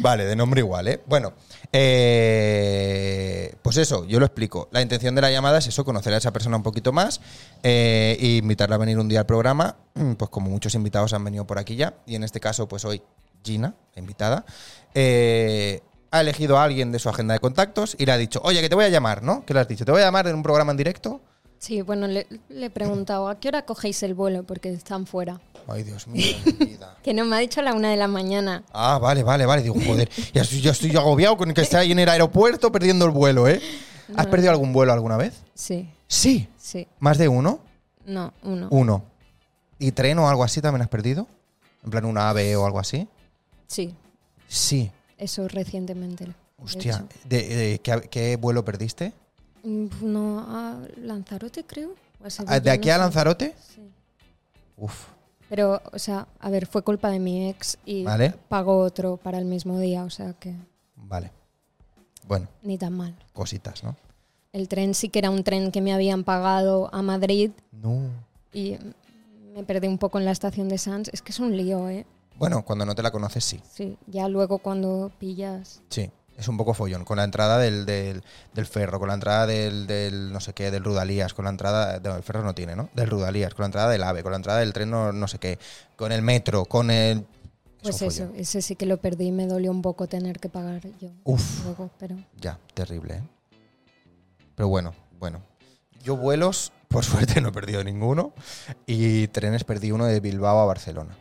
Speaker 1: vale, de nombre igual, ¿eh? Bueno, eh, pues eso, yo lo explico. La intención de la llamada es eso, conocer a esa persona un poquito más eh, e invitarla a venir un día al programa, Mm, pues como muchos invitados han venido por aquí ya, y en este caso, pues hoy Gina, la invitada, eh, ha elegido a alguien de su agenda de contactos y le ha dicho, oye, que te voy a llamar, ¿no? ¿Qué le has dicho? ¿Te voy a llamar en un programa en directo?
Speaker 2: Sí, bueno, le, le he preguntado, ¿a qué hora cogéis el vuelo? Porque están fuera.
Speaker 1: Ay, Dios mío, de mi vida.
Speaker 2: Que no, me ha dicho a la una de la mañana.
Speaker 1: Ah, vale, vale, vale. Digo, joder, ya estoy, ya estoy agobiado con que esté ahí en el aeropuerto perdiendo el vuelo, ¿eh? ¿Has perdido algún vuelo alguna vez?
Speaker 2: Sí,
Speaker 1: Sí.
Speaker 2: sí.
Speaker 1: ¿Más de uno?
Speaker 2: No, uno.
Speaker 1: Uno. ¿Y tren o algo así también has perdido? ¿En plan una AVE o algo así?
Speaker 2: Sí,
Speaker 1: Sí.
Speaker 2: eso recientemente. de
Speaker 1: Hostia,
Speaker 2: hecho.
Speaker 1: ¿de, de- qué, qué vuelo perdiste?
Speaker 2: Mm, No, a Lanzarote creo. o a
Speaker 1: Ah,
Speaker 2: Sevilla,
Speaker 1: ¿De aquí a
Speaker 2: no sé.
Speaker 1: Lanzarote?
Speaker 2: Sí.
Speaker 1: Uf.
Speaker 2: Pero, o sea, a ver, fue culpa de mi ex y
Speaker 1: Vale.
Speaker 2: pagó otro para el mismo día, o sea que
Speaker 1: Vale. Bueno,
Speaker 2: ni tan mal.
Speaker 1: cositas, ¿no?
Speaker 2: El tren sí que era un tren que me habían pagado a Madrid
Speaker 1: No.
Speaker 2: y mm, me perdí un poco en la estación de Sanz. Es que es un lío, ¿eh?
Speaker 1: Bueno, cuando no te la conoces, sí.
Speaker 2: Sí, ya luego cuando pillas.
Speaker 1: Sí, es un poco follón. Con la entrada del, del, del ferro, con la entrada del, del no sé qué, del Rudalías, con la entrada. No, el ferro no tiene, ¿no? Del Rudalías, con la entrada del AVE, con la entrada del tren no, no sé qué, con el metro, con el. es
Speaker 2: Pues
Speaker 1: un
Speaker 2: eso,
Speaker 1: follón.
Speaker 2: ese sí que lo perdí y me dolió un poco tener que pagar yo
Speaker 1: Uf,
Speaker 2: luego, pero
Speaker 1: ya, terrible, ¿eh? Pero bueno, bueno. Yo vuelos, por suerte no he perdido ninguno. Y trenes perdí uno de Bilbao a Barcelona.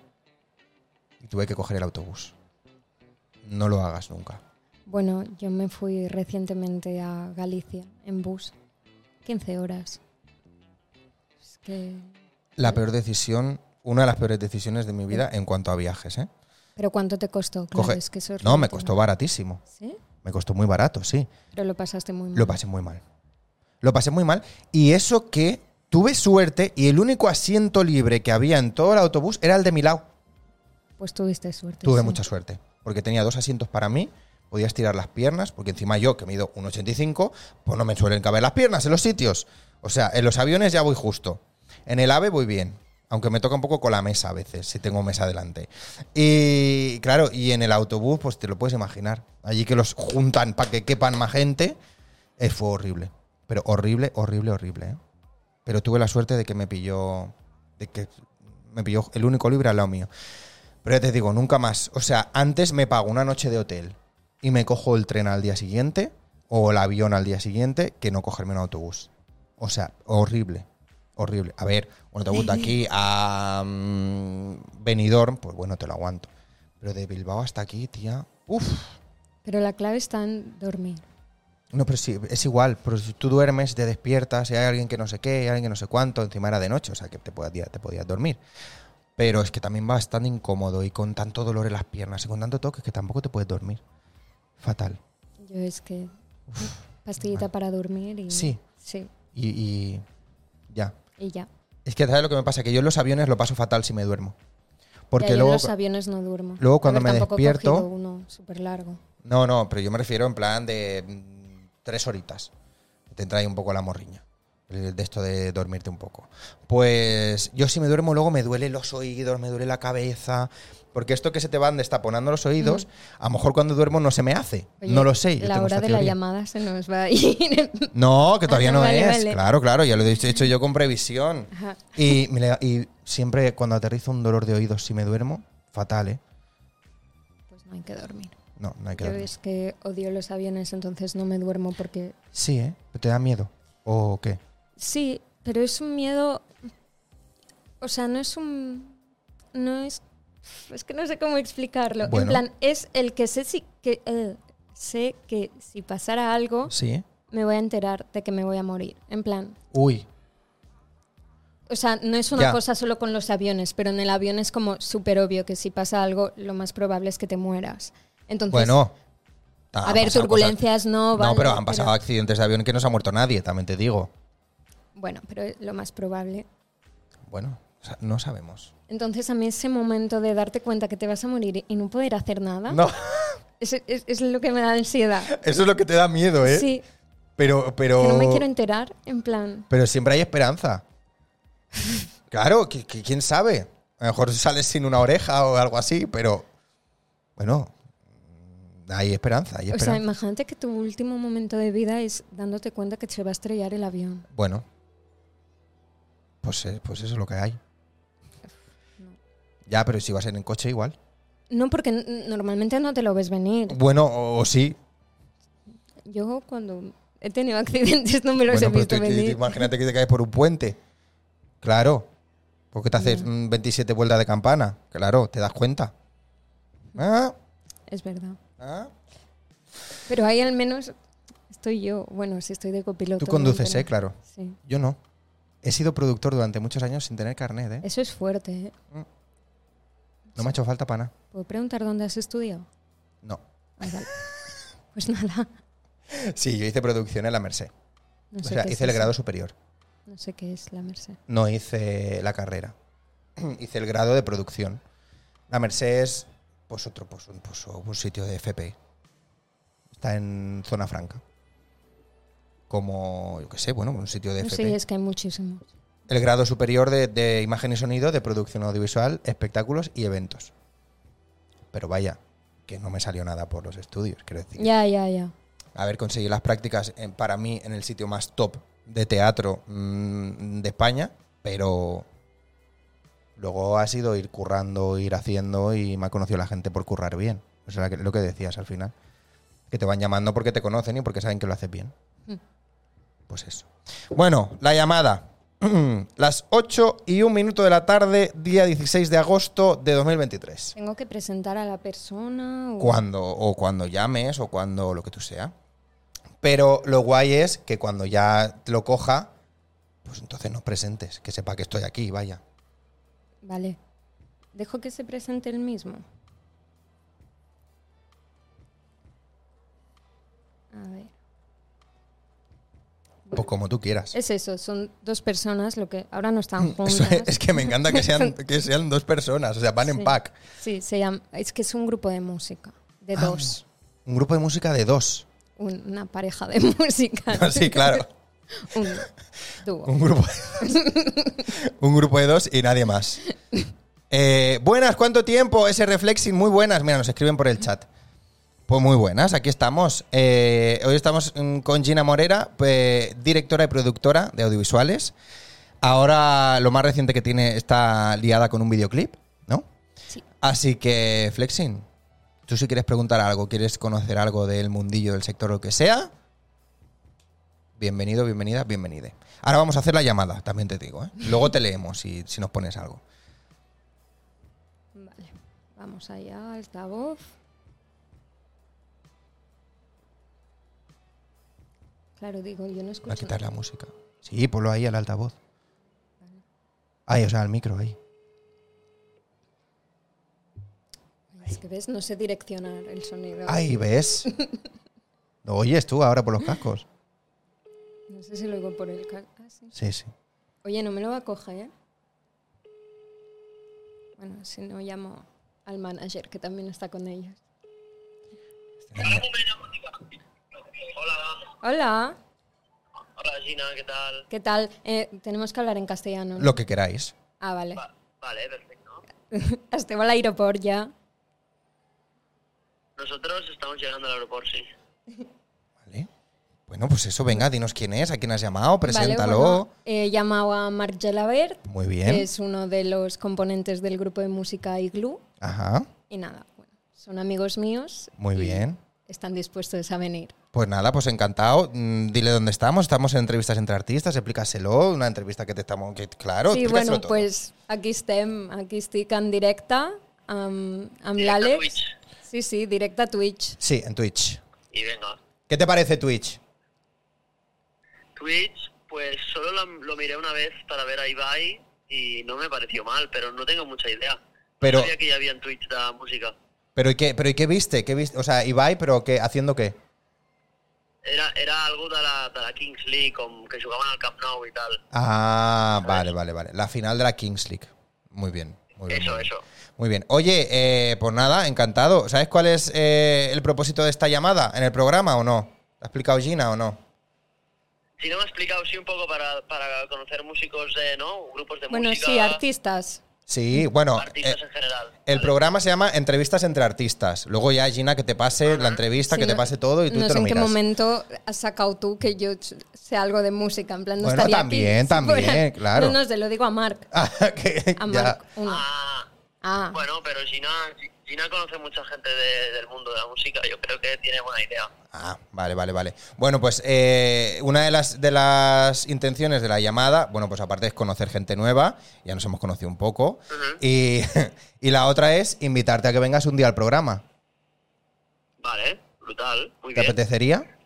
Speaker 1: Y tuve que coger el autobús. No lo hagas nunca.
Speaker 2: bueno, yo me fui recientemente a Galicia en bus. 15 horas. Es que...
Speaker 1: La peor decisión, una de las peores decisiones de mi vida en cuanto a viajes, ¿eh?
Speaker 2: ¿Pero cuánto te costó? Claro,
Speaker 1: Coge-
Speaker 2: es que eso es
Speaker 1: No, me
Speaker 2: relativo.
Speaker 1: costó baratísimo.
Speaker 2: ¿Sí?
Speaker 1: Me costó muy barato, sí.
Speaker 2: Pero lo pasaste muy mal.
Speaker 1: Lo pasé muy mal. Lo pasé muy mal. Y eso que tuve suerte y el único asiento libre que había en todo el autobús era el de mi lado.
Speaker 2: Pues tuviste suerte.
Speaker 1: Tuve
Speaker 2: sí.
Speaker 1: mucha suerte. Porque tenía dos asientos para mí. Podía estirar las piernas, porque encima yo, que mido 1,85, pues no me suelen caber las piernas en los sitios. O sea, en los aviones ya voy justo. En el AVE voy bien. Aunque me toca un poco con la mesa a veces, si tengo mesa delante. Y claro, y en el autobús, pues te lo puedes imaginar. Allí que los juntan para que quepan más gente. eh, fue horrible. Pero horrible, horrible, horrible. ¿eh? Pero tuve la suerte de que me pilló. De que me pilló el único libre al lado mío. Pero ya te digo, nunca más. O sea, antes me pago una noche de hotel y me cojo el tren al día siguiente o el avión al día siguiente que no cogerme un autobús. O sea, horrible. Horrible. A ver, un autobús de aquí a mm, Benidorm, pues bueno, te lo aguanto. Pero de Bilbao hasta aquí, tía. Uf.
Speaker 2: Pero la clave está en dormir.
Speaker 1: No, pero sí, es igual. Pero si tú duermes, te despiertas, y hay alguien que no sé qué, hay alguien que no sé cuánto, encima era de noche, o sea que te podías, te podías dormir. Pero es que también va bastante incómodo y con tanto dolor en las piernas y con tanto toque que tampoco te puedes dormir. Fatal.
Speaker 2: Yo es que... Pastillita para dormir y...
Speaker 1: Sí.
Speaker 2: Sí,
Speaker 1: Y, y ya.
Speaker 2: y ya.
Speaker 1: Es que sabes lo que me pasa, que yo en los aviones lo paso fatal si me duermo. Porque
Speaker 2: Ya, yo en
Speaker 1: luego...
Speaker 2: los aviones no duermo.
Speaker 1: luego
Speaker 2: A
Speaker 1: cuando
Speaker 2: ver,
Speaker 1: me
Speaker 2: tampoco he
Speaker 1: despierto-
Speaker 2: cogido uno súper largo.
Speaker 1: No, no, pero yo me refiero en plan de mm, tres horitas. Te entra ahí un poco la morriña. el de esto de dormirte un poco. Pues yo si me duermo luego me duele los oídos, me duele la cabeza, porque esto que se te van destaponando los oídos, a lo mejor cuando duermo no se me hace,
Speaker 2: Oye,
Speaker 1: no lo sé. yo
Speaker 2: La
Speaker 1: tengo
Speaker 2: hora
Speaker 1: esta
Speaker 2: de la
Speaker 1: teoría.
Speaker 2: llamada se nos va a ir.
Speaker 1: No, que todavía
Speaker 2: Ah,
Speaker 1: no
Speaker 2: vale,
Speaker 1: es.
Speaker 2: vale.
Speaker 1: Claro, claro, ya lo he dicho- hecho yo con previsión.
Speaker 2: Ajá.
Speaker 1: Y, me le- y siempre cuando aterrizo un dolor de oídos si me duermo, fatal, ¿eh?
Speaker 2: Pues no hay que dormir.
Speaker 1: No, no hay que
Speaker 2: Yo
Speaker 1: dormir.
Speaker 2: es que odio los aviones, entonces no me duermo porque
Speaker 1: Sí, ¿eh? ¿Te da miedo? ¿O qué?
Speaker 2: Sí, pero es un miedo. O sea, no es un. No es. Es que no sé cómo explicarlo.
Speaker 1: Bueno.
Speaker 2: En plan, es el que sé si que eh, sé que si pasara algo
Speaker 1: Sí, ¿eh?
Speaker 2: me voy a enterar de que me voy a morir. En plan.
Speaker 1: Uy,
Speaker 2: O sea, no es una
Speaker 1: Ya.
Speaker 2: cosa solo con los aviones, pero en el avión es como súper obvio que si pasa algo, lo más probable es que te mueras. Entonces,
Speaker 1: bueno.
Speaker 2: a ver, turbulencias no, vale,
Speaker 1: no, pero han pasado accidentes de avión que no se ha muerto nadie, también te digo.
Speaker 2: Bueno, pero es lo más probable.
Speaker 1: Bueno, o sea, no sabemos.
Speaker 2: Entonces, a mí ese momento de darte cuenta que te vas a morir y no poder hacer nada.
Speaker 1: No,
Speaker 2: Es, es- es lo que me da ansiedad.
Speaker 1: eso es lo que te da miedo, ¿eh?
Speaker 2: Sí,
Speaker 1: Pero, pero.
Speaker 2: que no me quiero enterar, en plan.
Speaker 1: Pero siempre hay esperanza. Claro, que, que quién sabe. A lo mejor sales sin una oreja o algo así, pero. Bueno, hay esperanza, hay
Speaker 2: O sea,
Speaker 1: esperanza.
Speaker 2: imagínate que tu último momento de vida es dándote cuenta que se va a estrellar el avión.
Speaker 1: bueno. Pues, eh, pues eso es lo que hay. Ya, pero si vas en el coche igual.
Speaker 2: No, porque n- normalmente no te lo ves venir.
Speaker 1: Bueno, o, o sí.
Speaker 2: Yo cuando he tenido accidentes no me los
Speaker 1: Bueno,
Speaker 2: he
Speaker 1: pero
Speaker 2: visto
Speaker 1: tú- tú-
Speaker 2: venir.
Speaker 1: imagínate que te caes por un puente. Claro. Porque te haces mm, 27 vueltas de campana. Claro, te das cuenta. Ah,
Speaker 2: Es verdad.
Speaker 1: ah.
Speaker 2: Pero ahí al menos estoy yo. Bueno, si estoy de copiloto.
Speaker 1: Tú conduces,
Speaker 2: no,
Speaker 1: ¿eh? Claro.
Speaker 2: pero- Sí.
Speaker 1: Yo no. He sido productor durante muchos años sin tener carnet, ¿eh?
Speaker 2: Eso es fuerte, ¿eh?
Speaker 1: No me ha hecho falta para nada.
Speaker 2: ¿Puedo preguntar dónde has estudiado?
Speaker 1: No.
Speaker 2: Ah, vale. Pues nada.
Speaker 1: Sí, yo hice producción en la Merced.
Speaker 2: No
Speaker 1: O
Speaker 2: sé
Speaker 1: sea,
Speaker 2: qué es
Speaker 1: hice el
Speaker 2: eso.
Speaker 1: grado superior.
Speaker 2: No sé qué es la merced.
Speaker 1: No hice la carrera. hice el grado de producción. La Merced es pues otro, pues un, pues un sitio de FP. Está en zona franca. Como, yo qué sé, bueno, un sitio de
Speaker 2: No
Speaker 1: FP.
Speaker 2: sé, es que hay muchísimos.
Speaker 1: El grado superior de, de imagen y sonido, de producción audiovisual, espectáculos y eventos. Pero vaya, que no me salió nada por los estudios, quiero decir.
Speaker 2: Ya, ya, ya.
Speaker 1: Haber conseguido las prácticas en- para mí en el sitio más top de teatro mm, de España, pero luego ha sido ir currando, ir haciendo y me ha conocido la gente por currar bien. O sea, que- lo que decías al final. Que te van llamando porque te conocen y porque saben que lo haces bien.
Speaker 2: Mm.
Speaker 1: Pues eso. Bueno, la llamada. Las 8 y 1 minuto de la tarde, día 16 de agosto de 2023.
Speaker 2: ¿Tengo que presentar a la persona? o-
Speaker 1: Cuando, o cuando llames, o cuando lo que tú sea. Pero lo guay es que cuando ya te lo coja, pues entonces nos presentes, que sepa que estoy aquí, vaya.
Speaker 2: Vale. Dejo que se presente el mismo. A ver.
Speaker 1: Pues como tú quieras.
Speaker 2: Es eso, son dos personas, lo que ahora no están juntas.
Speaker 1: Mm, Eso es, es que me encanta que sean, que sean dos personas, o sea, van en
Speaker 2: Sí.
Speaker 1: pack.
Speaker 2: Sí, se llama, es que es un grupo de música, de
Speaker 1: Ah,
Speaker 2: dos,
Speaker 1: Un grupo de música de dos.
Speaker 2: un- una pareja de música,
Speaker 1: Sí, claro.
Speaker 2: un dúo.
Speaker 1: Un grupo de Un grupo de dos y nadie más. Eh, buenas, ¿cuánto tiempo? Ese reflexing, muy buenas. Mira, nos escriben por el chat. Pues muy buenas, aquí estamos. Eh, hoy estamos mm, con Gina Morera, eh, directora y productora de audiovisuales. Ahora lo más reciente que tiene está liada con un videoclip, ¿no?
Speaker 2: Sí.
Speaker 1: Así que, Flexing, tú si quieres preguntar algo, quieres conocer algo del mundillo, del sector, lo que sea, bienvenido, bienvenida, bienvenide. Ahora vamos a hacer la llamada, también te digo. ¿eh? Luego te leemos si, si nos pones algo.
Speaker 2: Vale, vamos allá, altavoz. Claro, digo, yo no
Speaker 1: Voy a
Speaker 2: escucho.
Speaker 1: quitar la música. Sí, ponlo ahí al altavoz. Ahí, o sea, al micro, ahí.
Speaker 2: nada. Es que ves, no sé direccionar el sonido.
Speaker 1: Ahí, ¿ves? Lo oyes tú ahora por los cascos.
Speaker 2: No sé si lo oigo por el... ca- Ah, sí.
Speaker 1: Sí, sí.
Speaker 2: Oye, no me lo va a coger. ¿eh? Bueno, si no llamo al manager, que también está con ellos. Hola.
Speaker 3: Hola Gina, ¿qué tal?
Speaker 2: ¿Qué tal? Eh, tenemos que hablar en castellano. ¿no?
Speaker 1: Lo que queráis.
Speaker 2: Ah, vale.
Speaker 3: Va- vale, perfecto.
Speaker 2: Esteu al aeroport ya.
Speaker 3: Nosotros estamos llegando al aeropuerto, sí.
Speaker 1: Vale. Bueno, pues eso, venga, dinos quién es, a quién has llamado, preséntalo.
Speaker 2: Vale, bueno, eh, he llamado a Marc Gelabert,
Speaker 1: Muy bien.
Speaker 2: que es uno de los componentes del grupo de música Igloo.
Speaker 1: Ajá,
Speaker 2: Y nada, bueno, son amigos míos.
Speaker 1: muy
Speaker 2: y
Speaker 1: bien.
Speaker 2: Están dispuestos a venir.
Speaker 1: Pues nada, pues encantado. Mm, Dile dónde estamos. Estamos en entrevistas entre artistas, explícaselo. Una entrevista que te estamos. que- claro,
Speaker 2: sí,
Speaker 1: Oh, explícaselo
Speaker 2: bueno,
Speaker 1: todo.
Speaker 2: pues aquí estem, aquí estic en directe amb, amb
Speaker 3: Directe a
Speaker 2: l'Àlex.
Speaker 3: Twitch.
Speaker 2: Sí, sí, directe a Twitch.
Speaker 1: Sí, en Twitch.
Speaker 3: Y venga.
Speaker 1: ¿Qué te parece Twitch?
Speaker 3: Twitch, pues solo lo, lo miré una vez para ver a Ibai y no me pareció mal, pero no tengo mucha idea.
Speaker 1: Pero-
Speaker 3: No sabía que ya había en Twitch la música.
Speaker 1: ¿Pero y qué, pero ¿y qué viste? ¿Qué viste? O sea, Ibai, pero qué, ¿haciendo qué?
Speaker 3: Era, era algo de la, de la Kings League, con, que jugaban al Camp Nou y tal.
Speaker 1: Ah, vale, vale, vale. La final de la Kings League. Muy bien. Muy bien,
Speaker 3: Eso,
Speaker 1: muy bien.
Speaker 3: eso.
Speaker 1: Muy bien. Oye, eh, pues nada, encantado. ¿Sabes cuál es eh, el propósito de esta llamada en el programa o no? ¿Te ha explicado Gina o no?
Speaker 3: Si no me he explicado, sí, un poco para, para conocer músicos, de, ¿no? Grupos de
Speaker 2: Bueno,
Speaker 3: música.
Speaker 2: sí, artistas.
Speaker 1: Sí, bueno.
Speaker 3: Artistas
Speaker 1: eh,
Speaker 3: en general.
Speaker 1: El
Speaker 3: Vale.
Speaker 1: programa se llama Entrevistas entre Artistas. Luego ya, Gina, que te pase la entrevista,
Speaker 2: Sí,
Speaker 1: que te
Speaker 2: no-
Speaker 1: pase todo y tú
Speaker 2: No
Speaker 1: te
Speaker 2: sé
Speaker 1: lo
Speaker 2: en qué
Speaker 1: miras.
Speaker 2: momento has sacado tú que yo sé algo de música. En plan, no
Speaker 1: Bueno,
Speaker 2: estaría
Speaker 1: también,
Speaker 2: aquí si
Speaker 1: también,
Speaker 2: fuera-
Speaker 1: claro.
Speaker 2: No, no, se lo digo a Marc.
Speaker 1: Ah, que ya.
Speaker 2: A Marc, uno.
Speaker 3: Ah,
Speaker 2: Ah,
Speaker 3: bueno, pero Gina, Gina conoce mucha gente de- del mundo de la música. Yo creo que tiene buena idea.
Speaker 1: Ah, vale, vale, vale. Bueno, pues eh, una de las, de las intenciones de la llamada, bueno, pues aparte es conocer gente nueva, ya nos hemos conocido un poco, y, y la otra es invitarte a que vengas un día al programa.
Speaker 3: Vale, brutal. Muy
Speaker 1: ¿Te
Speaker 3: bien.
Speaker 1: apetecería?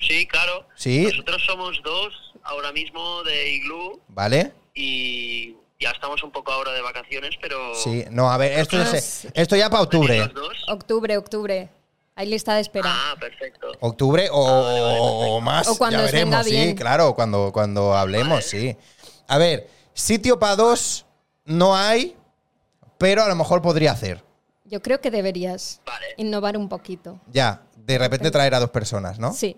Speaker 3: Sí, claro.
Speaker 1: Sí.
Speaker 3: Nosotros somos dos ahora mismo de Igloo
Speaker 1: ¿Vale?
Speaker 3: y ya estamos un poco ahora de vacaciones, pero...
Speaker 1: Sí, no, a ver, esto, ya
Speaker 2: Oh. Ah,
Speaker 1: se-
Speaker 2: sí.
Speaker 1: esto ya para
Speaker 3: ¿venís
Speaker 1: octubre.
Speaker 3: los dos?
Speaker 2: octubre, octubre. Hay lista de espera.
Speaker 3: Ah, perfecto.
Speaker 1: Octubre o, o más.
Speaker 2: O cuando
Speaker 1: ya
Speaker 2: os venga
Speaker 1: veremos, sí,
Speaker 2: bien.
Speaker 1: claro, cuando, cuando hablemos, sí. A ver, sitio para dos no hay, pero a lo mejor podría hacer.
Speaker 2: Yo creo que deberías
Speaker 3: Vale.
Speaker 2: innovar un poquito.
Speaker 1: Ya, de repente traer a dos personas, ¿no?
Speaker 2: Sí.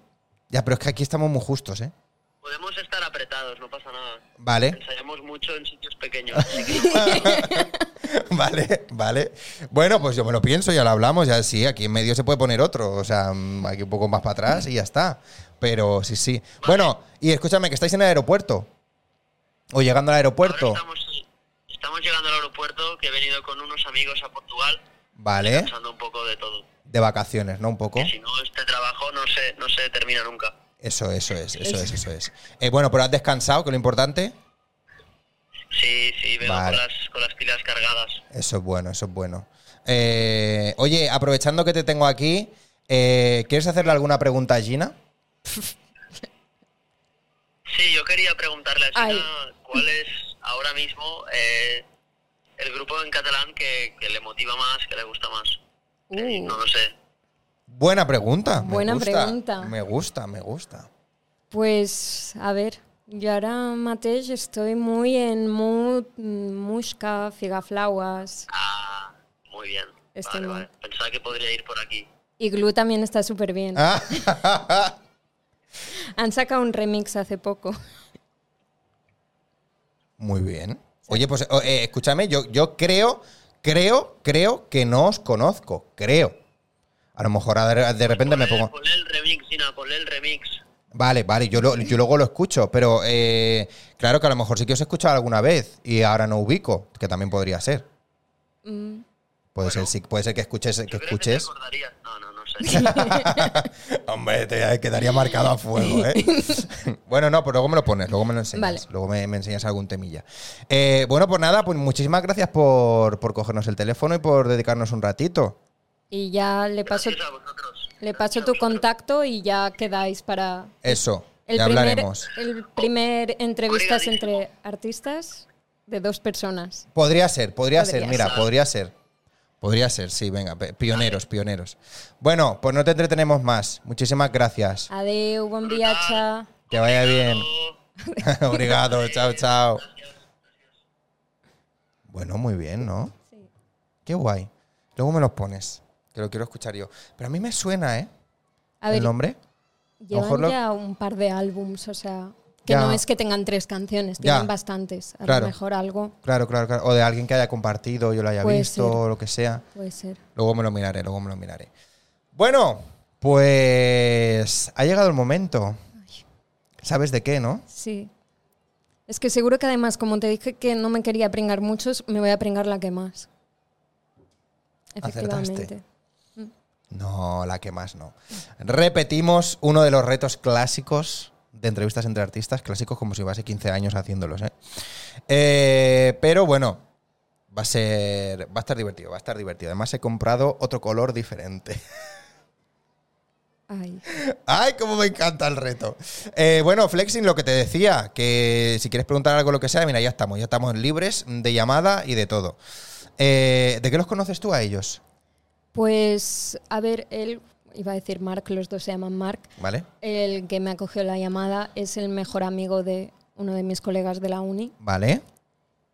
Speaker 1: Ya, pero es que aquí estamos muy justos, ¿eh?
Speaker 3: Podemos estar apretados, no pasa nada.
Speaker 1: Vale,
Speaker 3: Ensayamos mucho en sitios pequeños. así que-
Speaker 1: vale, vale. Bueno, pues yo me lo pienso, ya lo hablamos, ya sí, aquí en medio se puede poner otro, o sea, mm, aquí un poco más para atrás y ya está. Pero sí, sí. Bueno, y escúchame, que estáis en el aeropuerto. O llegando al aeropuerto.
Speaker 3: Ahora estamos, estamos llegando al aeropuerto, que he venido con unos amigos a Portugal,
Speaker 1: Vale,
Speaker 3: pensando un poco de todo.
Speaker 1: de vacaciones, ¿no? Un poco.
Speaker 3: Que si no, este trabajo no se, no se termina nunca.
Speaker 1: Eso, eso es, eso es, eso es. Eh, bueno, pero has descansado, que es lo importante.
Speaker 3: Sí, sí, vengo
Speaker 1: Vale.
Speaker 3: con, las, con las pilas cargadas.
Speaker 1: Eso es bueno, eso es bueno. Eh, oye, aprovechando que te tengo aquí, eh, ¿quieres hacerle alguna pregunta a Gina?
Speaker 3: Sí, yo quería preguntarle a
Speaker 2: Ay.
Speaker 3: Gina cuál es ahora mismo eh, el grupo en catalán que, que le motiva más, que le gusta más. Eh,
Speaker 2: Uh.
Speaker 3: no lo sé.
Speaker 1: Buena pregunta. me
Speaker 2: Buena
Speaker 1: gusta,
Speaker 2: pregunta.
Speaker 1: Me gusta, me gusta.
Speaker 2: Pues, a ver, yo ahora mateix estoy muy en mood mm, musca, figaflauas.
Speaker 3: Ah, muy bien.
Speaker 2: Este
Speaker 3: Vale,
Speaker 2: no.
Speaker 3: vale. Pensaba que podría ir por aquí.
Speaker 2: Y Glue también está súper bien.
Speaker 1: Ah,
Speaker 2: Han sacado un remix hace poco.
Speaker 1: muy bien. Oye, pues o- eh, escúchame, yo, yo creo, creo, creo que no os conozco. Creo. A lo mejor a de, de repente me
Speaker 3: Ponle-
Speaker 1: pongo.
Speaker 3: ponle el remix, Gina, ponle el remix.
Speaker 1: Vale, vale, yo, lo- yo luego lo escucho, pero eh, claro que a lo mejor sí que os he escuchado alguna vez y ahora no ubico, que también podría ser.
Speaker 2: Mm,
Speaker 1: Puede
Speaker 3: Bueno.
Speaker 1: ser, sí, puede ser que escuches, que
Speaker 3: Yo creo que te
Speaker 1: escuches.
Speaker 3: acordarías. No, no, no sé.
Speaker 1: Hombre, te eh, quedaría marcado a fuego, ¿eh? bueno, no, pues luego me lo pones, luego me lo enseñas.
Speaker 2: Vale.
Speaker 1: Luego me, me enseñas algún temilla. Eh, bueno, pues nada, pues muchísimas gracias por, por cogernos el teléfono y por dedicarnos un ratito.
Speaker 2: Y ya le paso,
Speaker 3: Gracias a vosotros.
Speaker 2: le paso tu contacto y ya quedáis para...
Speaker 1: Eso,
Speaker 2: El
Speaker 1: ya
Speaker 2: primer,
Speaker 1: hablaremos.
Speaker 2: El primer entrevistas entre artistas de dos personas.
Speaker 1: Podría ser, podría,
Speaker 2: Podría
Speaker 1: ser, mira,
Speaker 3: ser.
Speaker 1: podría ser. Podría ser, sí, venga, pe- pioneros, pioneros. Bueno, pues no te entretenemos más. Muchísimas gracias.
Speaker 2: Ah. Adeu, bon viatge.
Speaker 1: Que vaya bien.
Speaker 3: Oh.
Speaker 1: Obrigado, chao, chao. Bueno, muy bien, ¿no?
Speaker 2: Sí.
Speaker 1: Qué guay. Luego me los pones, que lo quiero escuchar yo. Pero a mí me suena, ¿eh?
Speaker 2: A ver,
Speaker 1: ¿El nombre?
Speaker 2: Llevan
Speaker 1: lo-
Speaker 2: ya un par de álbums, o sea, que
Speaker 1: Ya.
Speaker 2: no es que tengan tres canciones,
Speaker 1: Ya.
Speaker 2: tienen bastantes. A
Speaker 1: Claro.
Speaker 2: lo mejor algo
Speaker 1: Claro, claro, claro. O de alguien que haya compartido, yo lo haya
Speaker 2: Puede
Speaker 1: visto,
Speaker 2: ser.
Speaker 1: o lo que sea.
Speaker 2: puede ser.
Speaker 1: Luego me lo miraré, luego me lo miraré. Bueno, pues ha llegado el momento. ¿Sabes de qué, no?
Speaker 2: Sí. Es que seguro que además, como te dije que no me quería pringar muchos, me voy a pringar la que más.
Speaker 1: Acertaste.
Speaker 2: Efectivamente.
Speaker 1: No, la que más no. Repetimos uno de los retos clásicos de entrevistas entre artistas, clásicos como si llevase 15 años haciéndolos. ¿eh? Eh, pero bueno, va a ser. Va a estar divertido, va a estar divertido. Además, he comprado otro color diferente.
Speaker 2: Ay.
Speaker 1: ¡Ay, cómo me encanta el reto! Eh, bueno, Flexing, lo que te decía, que si quieres preguntar algo, lo que sea, mira, ya estamos, ya estamos libres de llamada y de todo. Eh, ¿De qué los conoces tú a ellos?
Speaker 2: Pues, a ver, él, iba a decir Mark, los dos se llaman Mark.
Speaker 1: ¿Vale?
Speaker 2: El que me acogió la llamada es el mejor amigo de uno de mis colegas de la uni
Speaker 1: ¿Vale?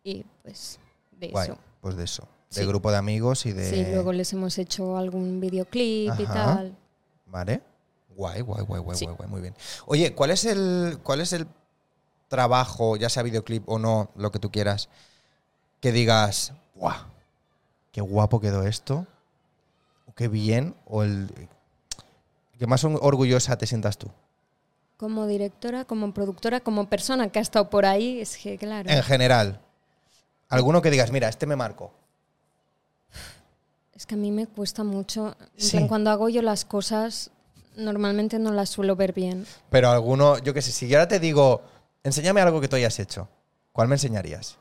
Speaker 2: y pues de
Speaker 1: Guay,
Speaker 2: eso.
Speaker 1: pues de eso. De
Speaker 2: Sí.
Speaker 1: grupo de amigos y de.
Speaker 2: Sí, luego les hemos hecho algún videoclip y
Speaker 1: Este, Ajá.
Speaker 2: tal.
Speaker 1: Vale. Guay, guay, guay, guay,
Speaker 2: Sí.
Speaker 1: guay, guay, muy bien. Oye, ¿cuál es el. cuál es el trabajo, ya sea videoclip o no, lo que tú quieras, que digas, ¡guau! Qué guapo quedó esto. O qué bien. O el. Que más orgullosa te sientas tú.
Speaker 2: Como directora, como productora, como persona que ha estado por ahí, es que claro.
Speaker 1: En general. Alguno que digas, mira, este me marcó.
Speaker 2: Es que a mí me cuesta mucho. En
Speaker 1: Sí.
Speaker 2: plan, cuando hago yo las cosas, normalmente no las suelo ver bien.
Speaker 1: Pero alguno, yo qué sé, si yo ahora te digo, enséñame algo que tú hayas hecho, ¿cuál me enseñarías?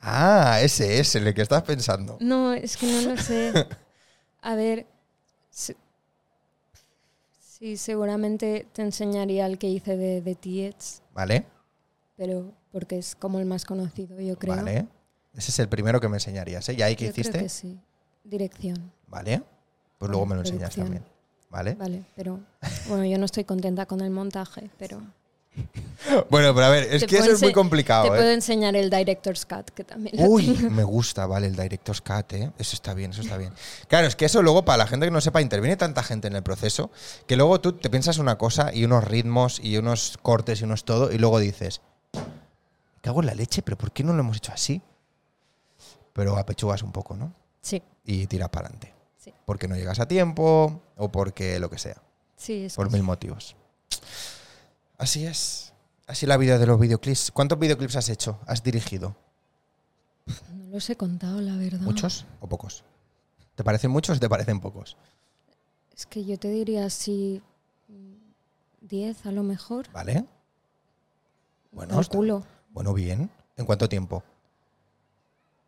Speaker 1: Ah, ese es el que estás pensando.
Speaker 2: No, es que no lo sé. A ver. se- Sí, seguramente te enseñaría el que hice de, de Tietz,
Speaker 1: ¿Vale?
Speaker 2: pero porque es como el más conocido, yo creo.
Speaker 1: Vale. Ese es el primero que me enseñarías, ¿eh? ¿Y ahí qué
Speaker 2: Yo creo
Speaker 1: hiciste?
Speaker 2: que sí. Dirección.
Speaker 1: Vale. Pues luego me lo enseñas
Speaker 2: Producción.
Speaker 1: también. ¿Vale?
Speaker 2: Vale, pero bueno, yo no estoy contenta con el montaje, pero
Speaker 1: Bueno, pero a ver, es
Speaker 2: Te
Speaker 1: que eso
Speaker 2: puedo
Speaker 1: es muy
Speaker 2: ense-
Speaker 1: complicado,
Speaker 2: te puedo
Speaker 1: ¿eh?
Speaker 2: enseñar el director's cut que también. lo
Speaker 1: Uy, me gusta, vale, el Director's Cut, ¿eh? Eso está bien, eso está bien. Claro, es que eso luego, para la gente que no sepa, interviene tanta gente en el proceso que luego tú te piensas una cosa y unos ritmos y unos cortes y unos todo, y luego dices, "Me cago en la leche, pero ¿por qué no lo hemos hecho así? Pero apechugas un poco, ¿no?
Speaker 2: Sí,
Speaker 1: Y tiras para adelante.
Speaker 2: sí,
Speaker 1: Porque no llegas a tiempo o porque lo que sea
Speaker 2: sí, es
Speaker 1: por
Speaker 2: que-
Speaker 1: mil motivos. Así es. Así la vida de los videoclips. ¿Cuántos videoclips has hecho? ¿Has dirigido?
Speaker 2: no los he contado, la verdad.
Speaker 1: ¿Muchos o pocos? ¿Te parecen muchos o te parecen pocos?
Speaker 2: Es que yo te diría así mm, 10 a lo mejor.
Speaker 1: ¿Vale? Bueno, está-
Speaker 2: Calculo.
Speaker 1: bueno, bien. ¿En cuánto tiempo?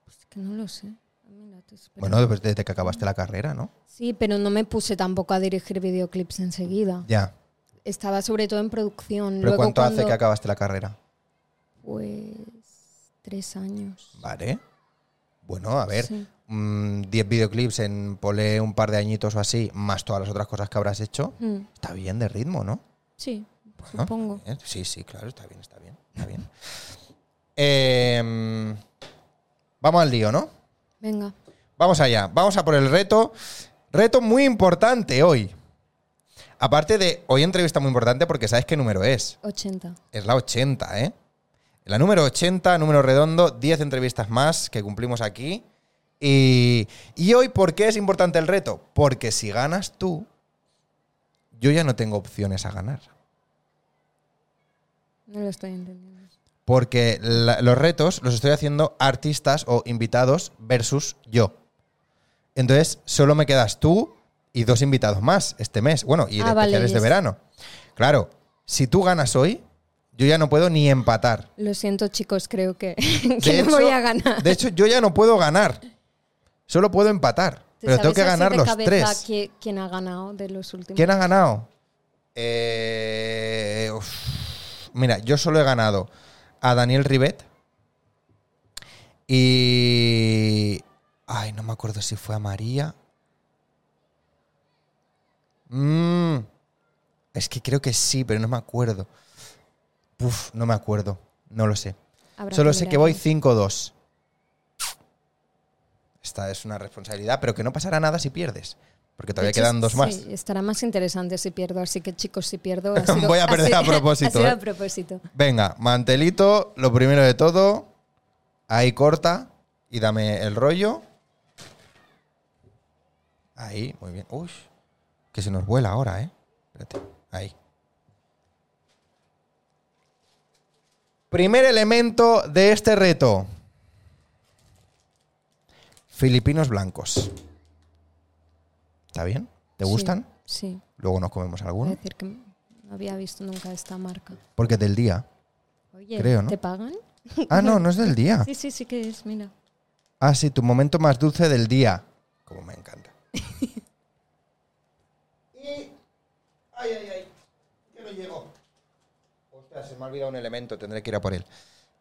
Speaker 2: Pues que no lo sé. Mira, tú espera.
Speaker 1: Bueno, después- desde que acabaste la carrera, ¿no?
Speaker 2: Sí, pero no me puse tampoco a dirigir videoclips enseguida.
Speaker 1: Ya.
Speaker 2: Estaba sobre todo en producción.
Speaker 1: ¿Pero
Speaker 2: Luego
Speaker 1: cuánto hace
Speaker 2: cuando-
Speaker 1: que acabaste la carrera?
Speaker 2: Pues tres años.
Speaker 1: Vale. Bueno, a ver,
Speaker 2: Sí.
Speaker 1: mm, 10 videoclips en pole un par de añitos o así, más todas las otras cosas que habrás hecho.
Speaker 2: Mm,
Speaker 1: Está bien de ritmo, ¿no?
Speaker 2: sí,
Speaker 1: Bueno,
Speaker 2: supongo.
Speaker 1: bien. Sí, sí, claro, está bien, está bien, está bien. Em, vamos al lío, ¿no?
Speaker 2: Venga.
Speaker 1: Vamos allá, vamos a por el reto. Reto muy importante hoy. Aparte de hoy entrevista muy importante porque sabes qué número es.
Speaker 2: 80.
Speaker 1: Es la 80, ¿eh? La número 80, número redondo, 10 entrevistas más que cumplimos aquí. Y, y hoy, ¿por qué es importante el reto? Porque si ganas tú, yo ya no tengo opciones a ganar.
Speaker 2: No lo estoy entendiendo.
Speaker 1: Porque la- los retos los estoy haciendo artistas o invitados versus yo. Entonces, solo me quedas tú y dos invitados más este mes. Bueno, y de
Speaker 2: Ah, vale,
Speaker 1: especiales de
Speaker 2: yes.
Speaker 1: verano. Claro, si tú ganas hoy, yo ya no puedo ni empatar.
Speaker 2: Lo siento, chicos, creo que,
Speaker 1: De
Speaker 2: que no
Speaker 1: hecho-
Speaker 2: voy a ganar.
Speaker 1: De hecho, yo ya no puedo ganar. Solo puedo empatar.
Speaker 2: ¿Te
Speaker 1: Pero tengo
Speaker 2: sabes
Speaker 1: que
Speaker 2: así
Speaker 1: ganar
Speaker 2: de
Speaker 1: los
Speaker 2: cabeza
Speaker 1: tres.
Speaker 2: qui- ¿Quién ha ganado de los últimos?
Speaker 1: ¿Quién ha ganado? Eh, uf. mira, yo solo he ganado a Daniel Rivet y... Ay, no me acuerdo si fue a María. Mm, es que creo que sí, pero no me acuerdo. Uf, no me acuerdo. No lo sé.
Speaker 2: Habrá
Speaker 1: Solo sé que
Speaker 2: mirarlo.
Speaker 1: voy 5-2. Esta es una responsabilidad, pero que no pasará nada si pierdes. Porque todavía
Speaker 2: De hecho,
Speaker 1: quedan dos más.
Speaker 2: Sí, estará más interesante si pierdo. Así que, chicos, si pierdo. ha
Speaker 1: Voy a
Speaker 2: ha
Speaker 1: perder
Speaker 2: sido-
Speaker 1: a propósito,
Speaker 2: ha sido
Speaker 1: ¿eh?
Speaker 2: a propósito.
Speaker 1: Venga, mantelito, lo primero de todo. Ahí corta y dame el rollo. Ahí, muy bien. Uy, que se nos vuela ahora, ¿eh? Espérate, ahí. Primer elemento de este reto. Filipinos blancos. ¿Está bien? ¿Te
Speaker 2: Sí,
Speaker 1: gustan?
Speaker 2: Sí.
Speaker 1: Luego nos comemos
Speaker 2: Voy a
Speaker 1: alguno.
Speaker 2: decir que no había visto nunca esta marca.
Speaker 1: Porque es del día.
Speaker 2: Oye,
Speaker 1: Creo, ¿no?
Speaker 2: ¿te pagan?
Speaker 1: Ah, no, no es del día.
Speaker 2: Sí, sí, sí que es, mira.
Speaker 1: Ah, sí, tu momento más dulce del día. Como me encanta. y. Ay, ay, ay. Yo no llego. Ostras, se me ha olvidado un elemento, tendré que ir a por él.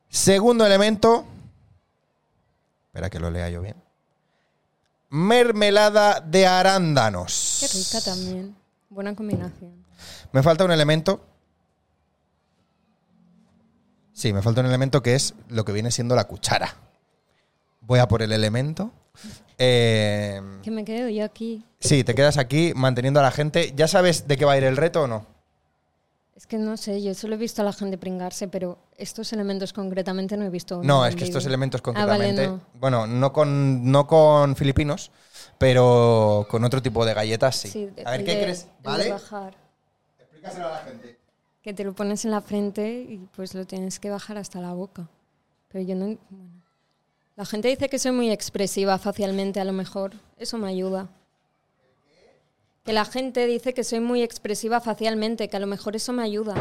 Speaker 1: Segundo elemento. Espera que lo lea yo bien. Mermelada de arándanos.
Speaker 2: Qué rica también. Buena combinación.
Speaker 1: Me falta un elemento. Sí, me falta un elemento que es lo que viene siendo la cuchara. Voy a por el elemento. Eh,
Speaker 2: Que me quedo yo aquí.
Speaker 1: sí, te quedas aquí manteniendo a la gente. ¿Ya sabes de qué va a ir el reto o no?
Speaker 2: Es que no sé, yo solo he visto a la gente pringarse, pero estos elementos concretamente no he visto.
Speaker 1: No,
Speaker 2: ningún
Speaker 1: es que estos
Speaker 2: vídeo.
Speaker 1: elementos
Speaker 2: Ah, vale,
Speaker 1: concretamente.
Speaker 2: no.
Speaker 1: Bueno, no con, no con filipinos, pero con otro tipo de galletas sí.
Speaker 2: Sí, de-
Speaker 1: a ver,
Speaker 2: el
Speaker 1: ¿qué
Speaker 2: de-
Speaker 1: crees?
Speaker 2: el de
Speaker 1: ¿Vale?
Speaker 2: bajar.
Speaker 1: Explícaselo a la gente.
Speaker 2: Que te lo pones en la frente y pues lo tienes que bajar hasta la boca. Pero yo no. bueno. La gente dice que soy muy expresiva facialmente, a lo mejor. Eso me ayuda. Que la gente dice que soy muy expresiva facialmente, que a lo mejor eso me ayuda.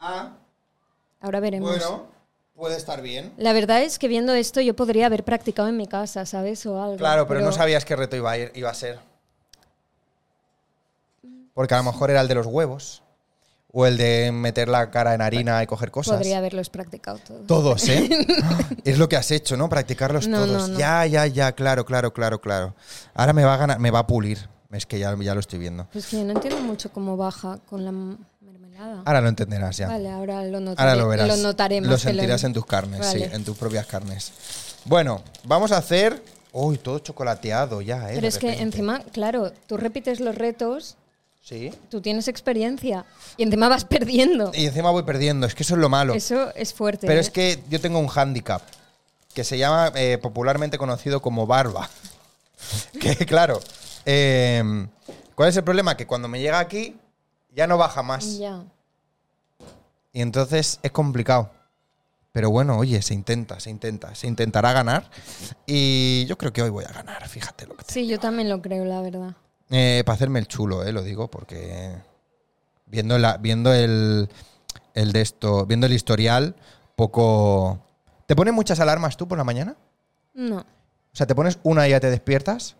Speaker 1: Ah,
Speaker 2: Ahora veremos.
Speaker 1: bueno, puede estar bien.
Speaker 2: La verdad es que viendo esto yo podría haber practicado en mi casa, ¿sabes? O algo.
Speaker 1: Claro, pero, no sabías qué reto iba a, ir- iba a ser. Porque a lo mejor era el de los huevos. O el de meter la cara en harina y coger cosas.
Speaker 2: Podría haberlos practicado todos.
Speaker 1: Todos, ¿eh? es lo que has hecho, ¿no? Practicarlos
Speaker 2: No,
Speaker 1: todos.
Speaker 2: no, no.
Speaker 1: Ya, ya, ya, claro, claro, claro, claro. Ahora me va a ganar, me va a pulir. Es que ya, ya lo estoy viendo.
Speaker 2: Pues que yo no entiendo mucho cómo baja con la m- mermelada.
Speaker 1: Ahora lo entenderás Ah, ya.
Speaker 2: Vale, ahora lo notaré.
Speaker 1: Ahora lo verás.
Speaker 2: notaré más
Speaker 1: Lo
Speaker 2: que
Speaker 1: sentirás en tus carnes, sí,
Speaker 2: Vale.
Speaker 1: en tus propias carnes. Bueno, vamos a hacer. Uy, todo chocolateado ya, ¿eh?
Speaker 2: Pero
Speaker 1: De
Speaker 2: es que
Speaker 1: repente.
Speaker 2: encima, claro, tú repites los retos,
Speaker 1: Sí.
Speaker 2: tú tienes experiencia y encima vas perdiendo.
Speaker 1: Y encima voy perdiendo, es que eso es lo malo.
Speaker 2: Eso es fuerte.
Speaker 1: Pero
Speaker 2: ¿eh?
Speaker 1: es que yo tengo un hándicap que se llama eh, popularmente conocido como barba. que claro, eh, ¿cuál es el problema? Que cuando me llega aquí ya no baja más.
Speaker 2: Ya.
Speaker 1: Y entonces es complicado. Pero bueno, oye, se intenta, se intenta, se intentará ganar. Y yo creo que hoy voy a ganar, fíjate lo que te...
Speaker 2: Sí, yo también lo creo, la verdad.
Speaker 1: Eh, para hacerme el chulo, eh, lo digo, porque viendo, la, viendo el, el de esto, viendo el historial, poco... ¿Te pones muchas alarmas tú por la mañana?
Speaker 2: No.
Speaker 1: O sea, te pones una y ya te despiertas.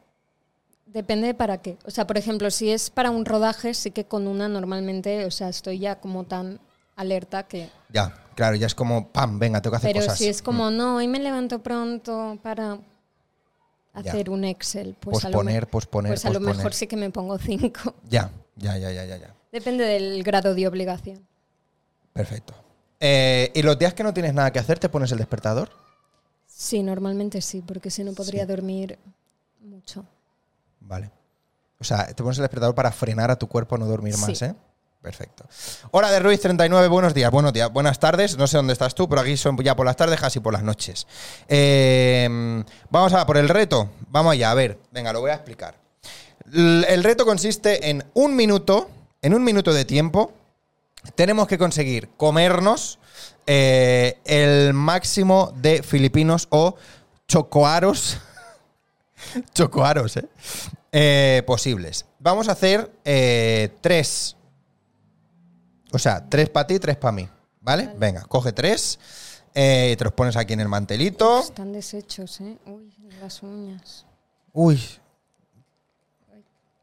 Speaker 2: Depende de para qué. O sea, por ejemplo, si es para un rodaje, sí que con una normalmente, o sea, estoy ya como tan alerta que
Speaker 1: Ya, claro, ya es como, pam, venga, tengo que hacer
Speaker 2: Pero
Speaker 1: cosas. Mm.
Speaker 2: si es como, no, hoy me levanto pronto para hacer un Excel, pues a lo
Speaker 1: Posponer,
Speaker 2: me-
Speaker 1: posponer,
Speaker 2: Pues a lo
Speaker 1: posponer.
Speaker 2: mejor sí que me pongo cinco.
Speaker 1: Ya, ya, ya, ya, ya, ya.
Speaker 2: Depende del grado de obligación.
Speaker 1: Perfecto. Eh, ¿Y los días que no tienes nada que hacer, te pones el despertador?
Speaker 2: Sí, normalmente sí, porque si no podría
Speaker 1: Sí.
Speaker 2: dormir mucho.
Speaker 1: Vale. O sea, te pones el despertador para frenar a tu cuerpo a no dormir
Speaker 2: Sí.
Speaker 1: más, ¿eh? Perfecto. Hora de Ruiz 39, buenos días, buenos días, buenas tardes. No sé dónde estás tú, pero aquí son ya por las tardes, casi por las noches. Eh, vamos a por el reto. Vamos allá, a ver. Venga, lo voy a explicar. L- El reto consiste en un minuto, en un minuto de tiempo, tenemos que conseguir comernos eh, el máximo de filipinos o chocoaros. chocoaros, ¿eh? Eh, posibles. Vamos a hacer eh, tres. O sea, tres para ti, tres para mí. ¿Vale? Venga, coge tres. eh, y te los pones aquí en el mantelito.
Speaker 2: Están deshechos, ¿eh? Uy, las uñas.
Speaker 1: Uy.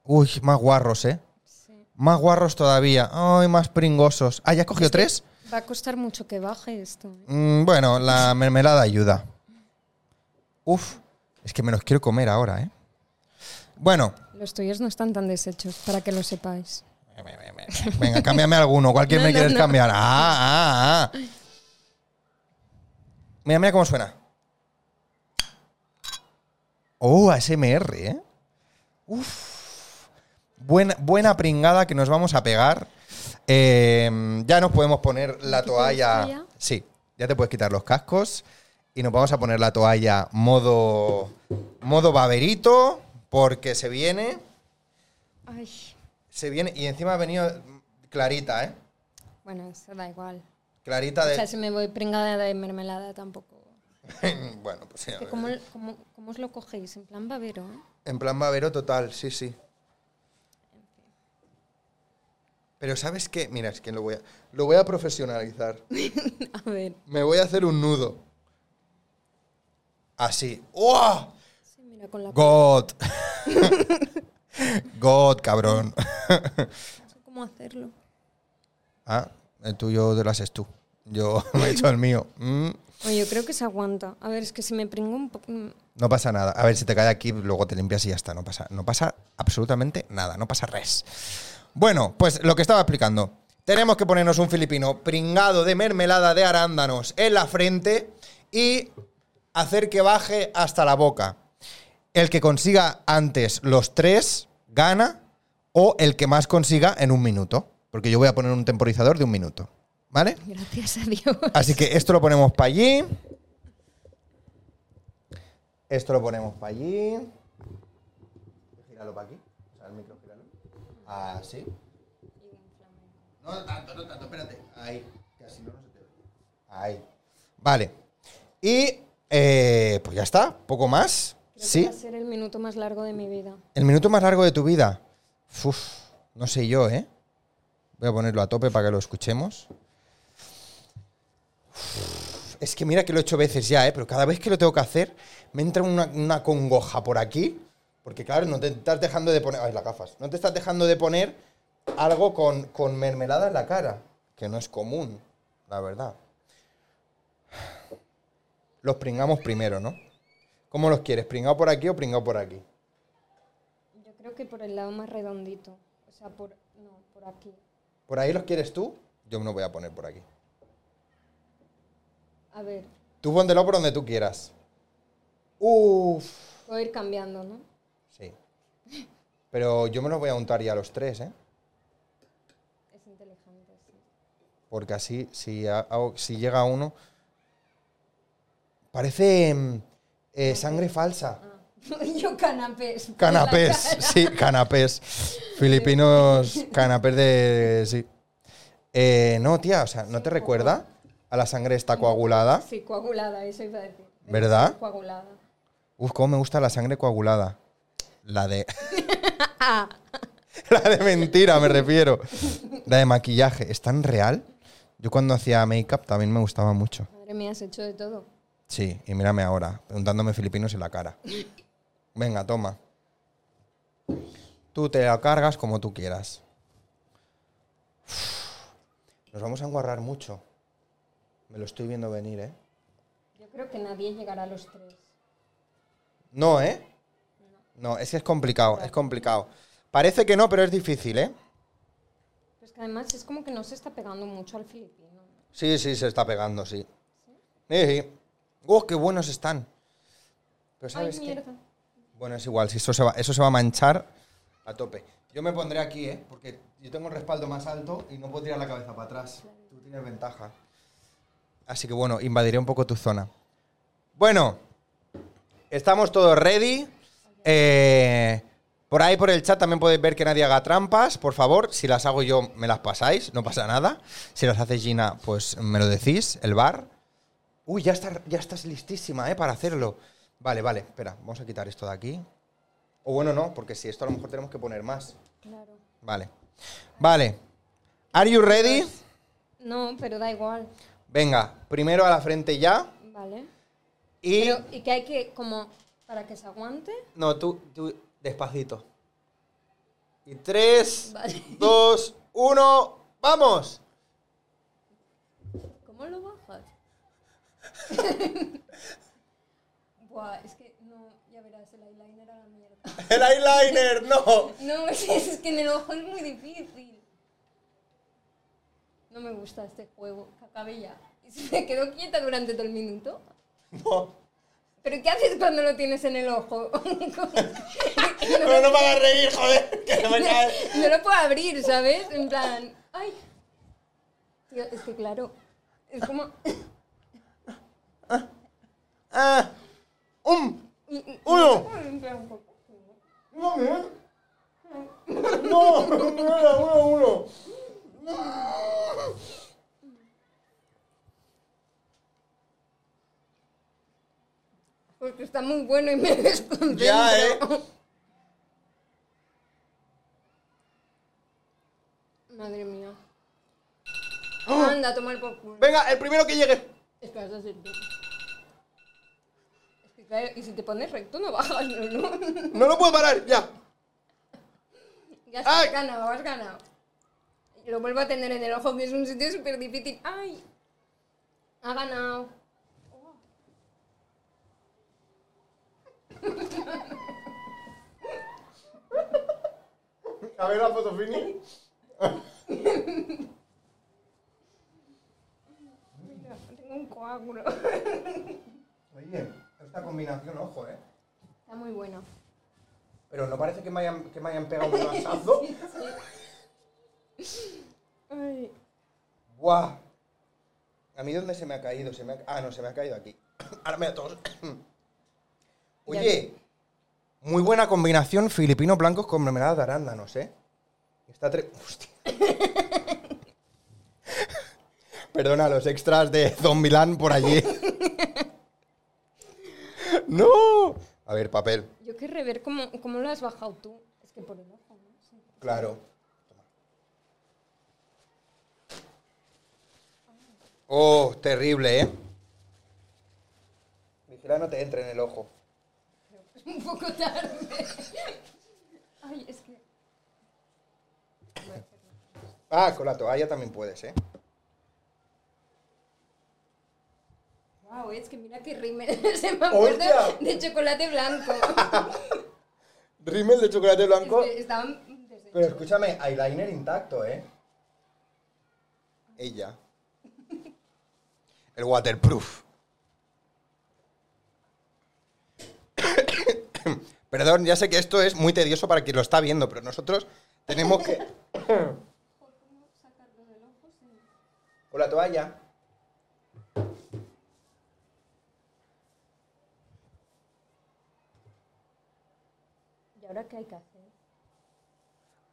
Speaker 1: Uy, más guarros, ¿eh?
Speaker 2: Sí.
Speaker 1: Más guarros todavía. Ay, más pringosos. Ah, ¿ya has cogido tres?
Speaker 2: Va a costar mucho que baje esto. ¿eh?
Speaker 1: Mm, bueno, la mermelada ayuda. Uf, es que me los quiero comer ahora, ¿eh? Bueno,
Speaker 2: Los tuyos no están tan deshechos, para que lo sepáis.
Speaker 1: venga, cámbiame alguno. Cualquier
Speaker 2: No,
Speaker 1: me
Speaker 2: no,
Speaker 1: quieres
Speaker 2: no.
Speaker 1: cambiar. Ah, ah, ah. Mira, mira cómo suena. Oh, ASMR, ¿eh? Uf. buena, buena pringada que nos vamos a pegar. Eh, ya nos podemos poner la
Speaker 2: ¿Te quitas la
Speaker 1: toalla.
Speaker 2: toalla?
Speaker 1: Sí, ya te puedes quitar los cascos y nos vamos a poner la toalla modo, modo baberito porque se viene,
Speaker 2: Ay,
Speaker 1: se viene y encima ha venido Clarita, ¿eh?
Speaker 2: bueno, eso da igual.
Speaker 1: Clarita
Speaker 2: O sea,
Speaker 1: de...
Speaker 2: si me voy pringada de mermelada tampoco.
Speaker 1: bueno, pues sí, a
Speaker 2: Que
Speaker 1: ver.
Speaker 2: ¿Cómo, cómo, cómo os lo cogéis? En plan babero, ¿eh?
Speaker 1: En plan babero total, sí, sí. Pero ¿sabes qué? Mira, es que lo voy a, lo voy a profesionalizar.
Speaker 2: A ver.
Speaker 1: Me voy a hacer un nudo. Así. ¡Uah!
Speaker 2: Sí, mira, con la
Speaker 1: God. God, cabrón.
Speaker 2: no sé cómo hacerlo.
Speaker 1: Ah, el tuyo te lo haces tú. Yo me he hecho el mío. Mm,
Speaker 2: Oye, yo creo que se aguanta. A ver, es que si me pringo un poco... mm,
Speaker 1: no pasa nada. A ver, si te cae aquí, luego te limpias y ya está. No pasa, no pasa absolutamente nada. No pasa res. Bueno, pues lo que estaba explicando. Tenemos que ponernos un filipino pringado de mermelada de arándanos en la frente y hacer que baje hasta la boca. El que consiga antes los tres gana o el que más consiga en un minuto. Porque yo voy a poner un temporizador de un minuto. ¿Vale?
Speaker 2: Gracias a Dios.
Speaker 1: Así que esto lo ponemos para allí. Esto lo ponemos para allí. Gíralo para aquí. O sea, el micro, gíralo. Así. No tanto, no tanto, espérate. Ahí. Que así no, no se te ve. Ahí. Vale. Y eh, pues ya está. Poco más.
Speaker 2: Creo
Speaker 1: sí.
Speaker 2: que va a ser el minuto más largo de mi vida.
Speaker 1: El minuto más largo de tu vida. Uf, no sé yo, ¿eh? Voy a ponerlo a tope para que lo escuchemos. Uf, es que mira que lo he hecho veces ya, ¿eh? Pero cada vez que lo tengo que hacer, me entra una, una congoja por aquí. Porque claro, no te estás dejando de poner... Ay, las gafas. No te estás dejando de poner algo con, con mermelada en la cara. Que no es común, la verdad. Los pringamos primero, ¿no? ¿Cómo los quieres? ¿Pringado por aquí o pringado por aquí?
Speaker 2: Yo creo que por el lado más redondito. O sea, por... No, por aquí.
Speaker 1: ¿Por ahí los quieres tú? Yo me los voy a poner por aquí.
Speaker 2: A ver,
Speaker 1: Tú póntelo por donde tú quieras. Uf.
Speaker 2: puedo ir cambiando, ¿no?
Speaker 1: Sí. Pero yo me los voy a untar ya los tres, ¿eh?
Speaker 2: Es inteligente, sí.
Speaker 1: Porque así, si, ha- hago- si llega uno... Parece mm, eh, sangre falsa.
Speaker 2: Ah, Yo canapés. por la
Speaker 1: Canapés,
Speaker 2: cara.
Speaker 1: sí, canapés. Filipinos, canapés de... Sí. Eh, no, tía, o sea, ¿no te recuerda a la sangre esta coagulada?
Speaker 2: Sí, coagulada, eso iba a decir.
Speaker 1: ¿Verdad?
Speaker 2: Coagulada.
Speaker 1: Uf, cómo me gusta la sangre coagulada. La de... La de mentira, me refiero. La de maquillaje. ¿Es tan real? Yo cuando hacía make-up también me gustaba mucho.
Speaker 2: Madre mía, has hecho de todo.
Speaker 1: Sí, y mírame ahora, preguntándome filipinos en la cara. Venga, toma. Tú te la cargas como tú quieras. Nos vamos a enguarrar mucho. Me lo estoy viendo venir, ¿eh?
Speaker 2: Yo creo que nadie llegará a los tres.
Speaker 1: No, ¿eh? No, es que es complicado, es complicado. Parece que no, pero es difícil, ¿eh?
Speaker 2: Pues que además es como que no se está pegando mucho al filipino.
Speaker 1: Sí, sí, se está pegando, sí. Sí, sí. ¡Oh, qué buenos están! Pero
Speaker 2: Ay,
Speaker 1: ¿sabes qué?
Speaker 2: mierda.
Speaker 1: Bueno, es igual, si eso se, va, eso se va a manchar a tope. Yo me pondré aquí, ¿eh? Porque yo tengo el respaldo más alto y no puedo tirar la cabeza para atrás. Tú tienes ventaja. Así que bueno, invadiré un poco tu zona. Bueno, estamos todos ready. Eh, por ahí por el chat también podéis ver que nadie haga trampas, por favor. Si las hago yo, me las pasáis, no pasa nada. Si las hace Gina, pues me lo decís, el bar. Uy, ya, está, ya estás listísima, ¿eh? Para hacerlo. Vale, vale, espera, vamos a quitar esto de aquí. O bueno, no, porque si esto a lo mejor tenemos que poner más.
Speaker 2: Claro.
Speaker 1: Vale. Vale. ¿Are you ready?
Speaker 2: Pues- No, pero da igual.
Speaker 1: Venga, primero a la frente ya.
Speaker 2: Vale.
Speaker 1: Y.
Speaker 2: Pero, y que hay que, como, para que se aguante.
Speaker 1: No, tú, tú, despacito. Y tres,
Speaker 2: Vale.
Speaker 1: dos, uno, ¡vamos!
Speaker 2: ¿Cómo lo bajas? Buah, es que no, ya verás, el eyeliner a la mierda.
Speaker 1: ¡El eyeliner! ¡No!
Speaker 2: No, es que, es que en el ojo es muy difícil. No me gusta este juego, que acabe ya. Y si me quedo quieta durante todo el minuto.
Speaker 1: ¡No!
Speaker 2: ¿Pero qué haces cuando lo tienes en el ojo?
Speaker 1: No, no me hagas reír, joder. Que me cae.
Speaker 2: No lo puedo abrir, ¿sabes? En plan, ay. Tío, es que claro, es como...
Speaker 1: Ah, un, uno.
Speaker 2: En plan, un poco.
Speaker 1: No, ¿eh? No, no era uno, uno.
Speaker 2: Porque está muy bueno y me desconcentro.
Speaker 1: Ya, ¿eh?
Speaker 2: Madre mía.
Speaker 1: Oh.
Speaker 2: Anda, toma el popcorn.
Speaker 1: Venga, el primero que llegue.
Speaker 2: Es que vas a ser tú. Es que claro, y si te pones recto no bajas, ¿no? no?
Speaker 1: No lo puedo parar, ya.
Speaker 2: ya está,
Speaker 1: ¡Ay!
Speaker 2: has ganado, has ganado. Lo vuelvo a tener en el ojo, que es un sitio súper difícil. ¡Ay! Ha ganado.
Speaker 1: A ver la foto fini.
Speaker 2: Mira, Tengo un coágulo.
Speaker 1: Oye, esta combinación, ojo, ¿eh?
Speaker 2: Está muy bueno.
Speaker 1: Pero no parece que me hayan, que me hayan pegado un lanzazo.
Speaker 2: Ay.
Speaker 1: ¡Buah! ¿A mí dónde se me ha caído? Se me ha- Ah, no, se me ha caído aquí. Ahora me da tos. Oye, muy buena combinación filipinos blancos con mermelada de arándanos, ¿eh? Está tre... Hostia. Perdona, los extras de Don Milán por allí. ¡No! A ver, papel.
Speaker 2: Yo querré ver cómo, cómo lo has bajado tú. Es que por el ojo, ¿no? Sí.
Speaker 1: Claro. Oh, terrible, ¿eh? Vigila no te entre en el ojo.
Speaker 2: Es un poco tarde. Ay, es que.
Speaker 1: Ah, con la toalla también puedes, ¿eh?
Speaker 2: Wow, es que mira que rímel se me ha
Speaker 1: ¡Hostia!
Speaker 2: puesto de chocolate blanco.
Speaker 1: Rímel de chocolate blanco.
Speaker 2: Es que estaban desde-
Speaker 1: Pero escúchame, eyeliner intacto, ¿eh? Ella. El waterproof. Perdón, ya sé que esto es muy tedioso para quien lo está viendo, pero nosotros tenemos que... Con la toalla.
Speaker 2: ¿Y ahora qué hay que hacer?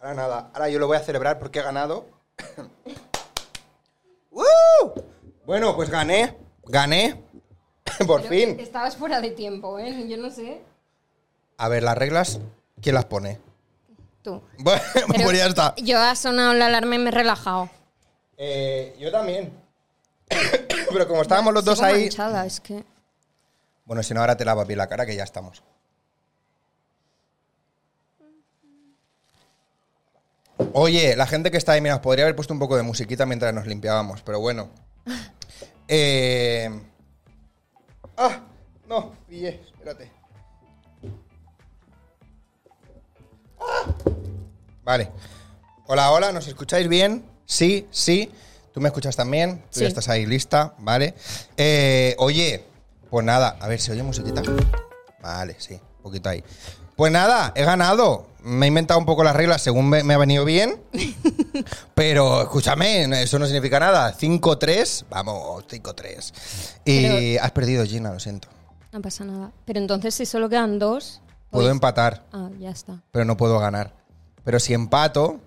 Speaker 1: Ahora nada, ahora yo lo voy a celebrar porque he ganado. ¡Woo! Bueno, pues gané, gané, por
Speaker 2: Pero
Speaker 1: fin.
Speaker 2: Estabas fuera de tiempo, ¿eh? Yo no sé.
Speaker 1: A ver, las reglas, ¿quién las pone?
Speaker 2: Tú.
Speaker 1: Bueno, pues ya está.
Speaker 2: Yo ha sonado la alarma y me he relajado.
Speaker 1: Eh, yo también. Pero como estábamos los dos
Speaker 2: Sigo
Speaker 1: ahí...
Speaker 2: manchada, es que.
Speaker 1: Bueno, si no, ahora te lavas bien la cara que ya estamos. Oye, la gente que está ahí, mira, os podría haber puesto un poco de musiquita mientras nos limpiábamos, pero bueno. Eh... ¡Ah! No, pillé, espérate. ¡Ah! Vale. Hola, hola, ¿nos escucháis bien? Sí, sí. ¿Tú me escuchas también? Tú
Speaker 2: Sí.
Speaker 1: ya estás ahí lista, ¿vale? Eh, oye, pues nada, a ver, ¿se oye musiquita? Vale, sí, un poquito ahí. Pues nada, he ganado. Me he inventado un poco las reglas según me, me ha venido bien. Pero escúchame, eso no significa nada. 5-3, vamos, 5-3. Y
Speaker 2: Pero-
Speaker 1: has perdido, Gina, lo siento.
Speaker 2: No pasa nada. Pero entonces, si solo quedan dos.
Speaker 1: Puedo
Speaker 2: pues-
Speaker 1: empatar,
Speaker 2: Ah, ya está.
Speaker 1: pero no puedo ganar. Pero si empato,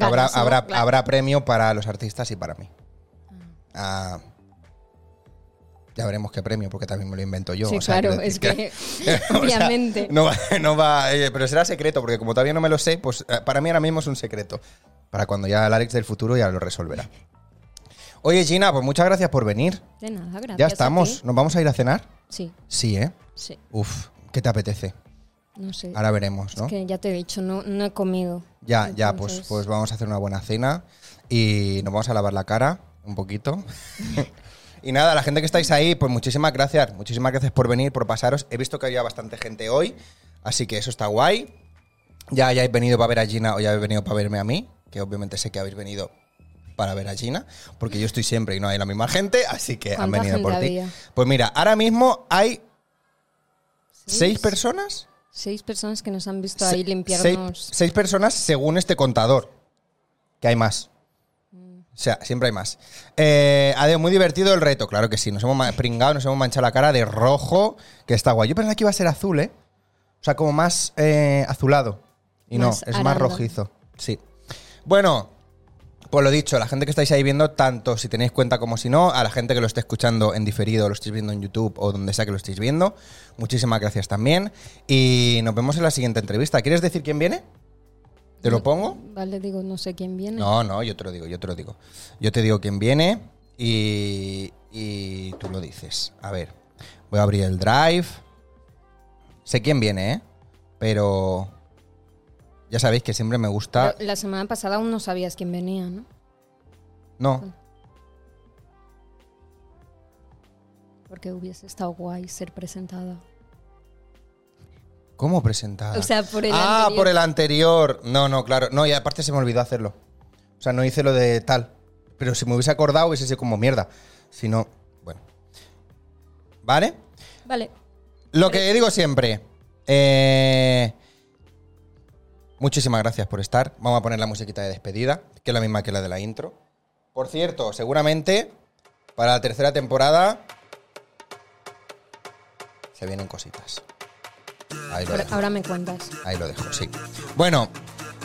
Speaker 1: habrá,
Speaker 2: Ganas, ¿no?
Speaker 1: habrá,
Speaker 2: Claro.
Speaker 1: habrá premio para los artistas y para mí. Ah, ya veremos qué premio, porque también me lo invento yo.
Speaker 2: Sí,
Speaker 1: o sea,
Speaker 2: claro,
Speaker 1: quiero
Speaker 2: es
Speaker 1: decir
Speaker 2: que.
Speaker 1: O sea,
Speaker 2: Obviamente.
Speaker 1: no, va- no va, eh, pero será secreto, porque como todavía no me lo sé, pues eh, para mí ahora mismo es un secreto. Para cuando ya el Alex del futuro ya lo resolverá. Oye, Gina, pues muchas gracias por venir.
Speaker 2: De nada, gracias.
Speaker 1: ya
Speaker 2: a
Speaker 1: estamos.
Speaker 2: ti.
Speaker 1: ¿Nos vamos a ir a cenar?
Speaker 2: Sí,
Speaker 1: Sí, ¿eh?
Speaker 2: sí.
Speaker 1: Uf, ¿qué te apetece?
Speaker 2: No sé.
Speaker 1: Ahora veremos, ¿no?
Speaker 2: Es que ya te he dicho, no, no he comido.
Speaker 1: Ya, ya, pues,
Speaker 2: Entonces,
Speaker 1: pues vamos a hacer una buena cena y nos vamos a lavar la cara un poquito. y nada, la gente que estáis ahí, pues muchísimas gracias, muchísimas gracias por venir, por pasaros. He visto que había bastante gente hoy, así que eso está guay. Ya hayáis venido para ver a Gina o ya habéis venido para verme a mí, que obviamente sé que habéis venido para ver a Gina, porque yo estoy siempre y no hay la misma gente, así que han
Speaker 2: ¿Cuánta
Speaker 1: venido
Speaker 2: gente
Speaker 1: por ti.
Speaker 2: había?
Speaker 1: Pues mira, ahora mismo hay
Speaker 2: sí,
Speaker 1: seis
Speaker 2: sí.
Speaker 1: personas
Speaker 2: Seis personas que nos han visto
Speaker 1: Se-
Speaker 2: ahí
Speaker 1: seis,
Speaker 2: limpiarnos.
Speaker 1: seis personas según este contador. Que hay más. O sea, siempre hay más. Eh, Adeo, muy divertido el reto, claro que sí. Nos hemos ma- pringado, nos hemos manchado la cara de rojo, que está guay. Yo pensaba que iba a ser azul, ¿eh? O sea, como más eh, azulado. Y no,
Speaker 2: Más
Speaker 1: es más
Speaker 2: aranda.
Speaker 1: rojizo. Sí. Bueno, pues lo dicho, la gente que estáis ahí viendo, tanto si tenéis cuenta como si no, a la gente que lo esté escuchando en diferido, lo estéis viendo en YouTube o donde sea que lo estéis viendo, muchísimas gracias también. Y nos vemos en la siguiente entrevista. ¿Quieres decir quién viene? ¿Te lo pongo?
Speaker 2: Vale, digo, no sé quién viene.
Speaker 1: No, no, yo te lo digo, yo te lo digo. Yo te digo quién viene y, y tú lo dices. A ver, voy a abrir el drive. Sé quién viene, ¿eh? Pero ya sabéis que siempre me gusta...
Speaker 2: Pero La semana pasada aún no sabías quién venía, ¿no?
Speaker 1: No,
Speaker 2: Porque hubiese estado guay ser presentada.
Speaker 1: ¿cómo presentada?
Speaker 2: O sea, por el
Speaker 1: ah,
Speaker 2: anterior.
Speaker 1: por el anterior. No, no, claro. No, y aparte se me olvidó hacerlo. O sea, no hice lo de tal. Pero si me hubiese acordado, hubiese sido como mierda. Si no, bueno. ¿Vale?
Speaker 2: Vale.
Speaker 1: Lo que digo siempre. eh, muchísimas gracias por estar. Vamos a poner la musiquita de despedida, que es la misma que la de la intro. Por cierto, seguramente para la tercera temporada se vienen cositas. Ahí lo
Speaker 2: Ahora-
Speaker 1: dejo.
Speaker 2: Ahora me cuentas.
Speaker 1: Ahí lo dejo, sí. Bueno,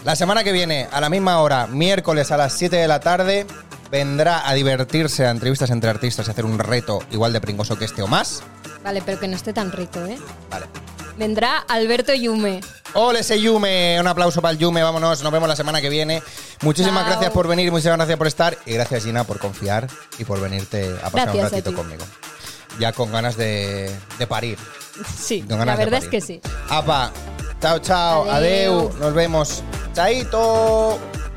Speaker 1: la semana que viene, a la misma hora, miércoles a las 7 de la tarde, vendrá a divertirse a entrevistas entre artistas y hacer un reto igual de pringoso que este o más.
Speaker 2: Vale, pero que no esté tan rico, ¿eh?
Speaker 1: Vale.
Speaker 2: Vendrá Alberto Yume.
Speaker 1: Ole ese Yume, un aplauso para el Yume, vámonos, nos vemos la semana que viene. Muchísimas
Speaker 2: Chao.
Speaker 1: gracias por venir, muchísimas gracias por estar y gracias Gina por confiar y por venirte a pasar
Speaker 2: Gracias
Speaker 1: un
Speaker 2: a
Speaker 1: ratito
Speaker 2: ti.
Speaker 1: conmigo. Ya con ganas de, de parir.
Speaker 2: Sí,
Speaker 1: con
Speaker 2: la
Speaker 1: ganas de
Speaker 2: verdad es
Speaker 1: parir.
Speaker 2: que sí.
Speaker 1: Apa, chao, chao,
Speaker 2: Adeu.
Speaker 1: adeu, nos vemos. Chaito.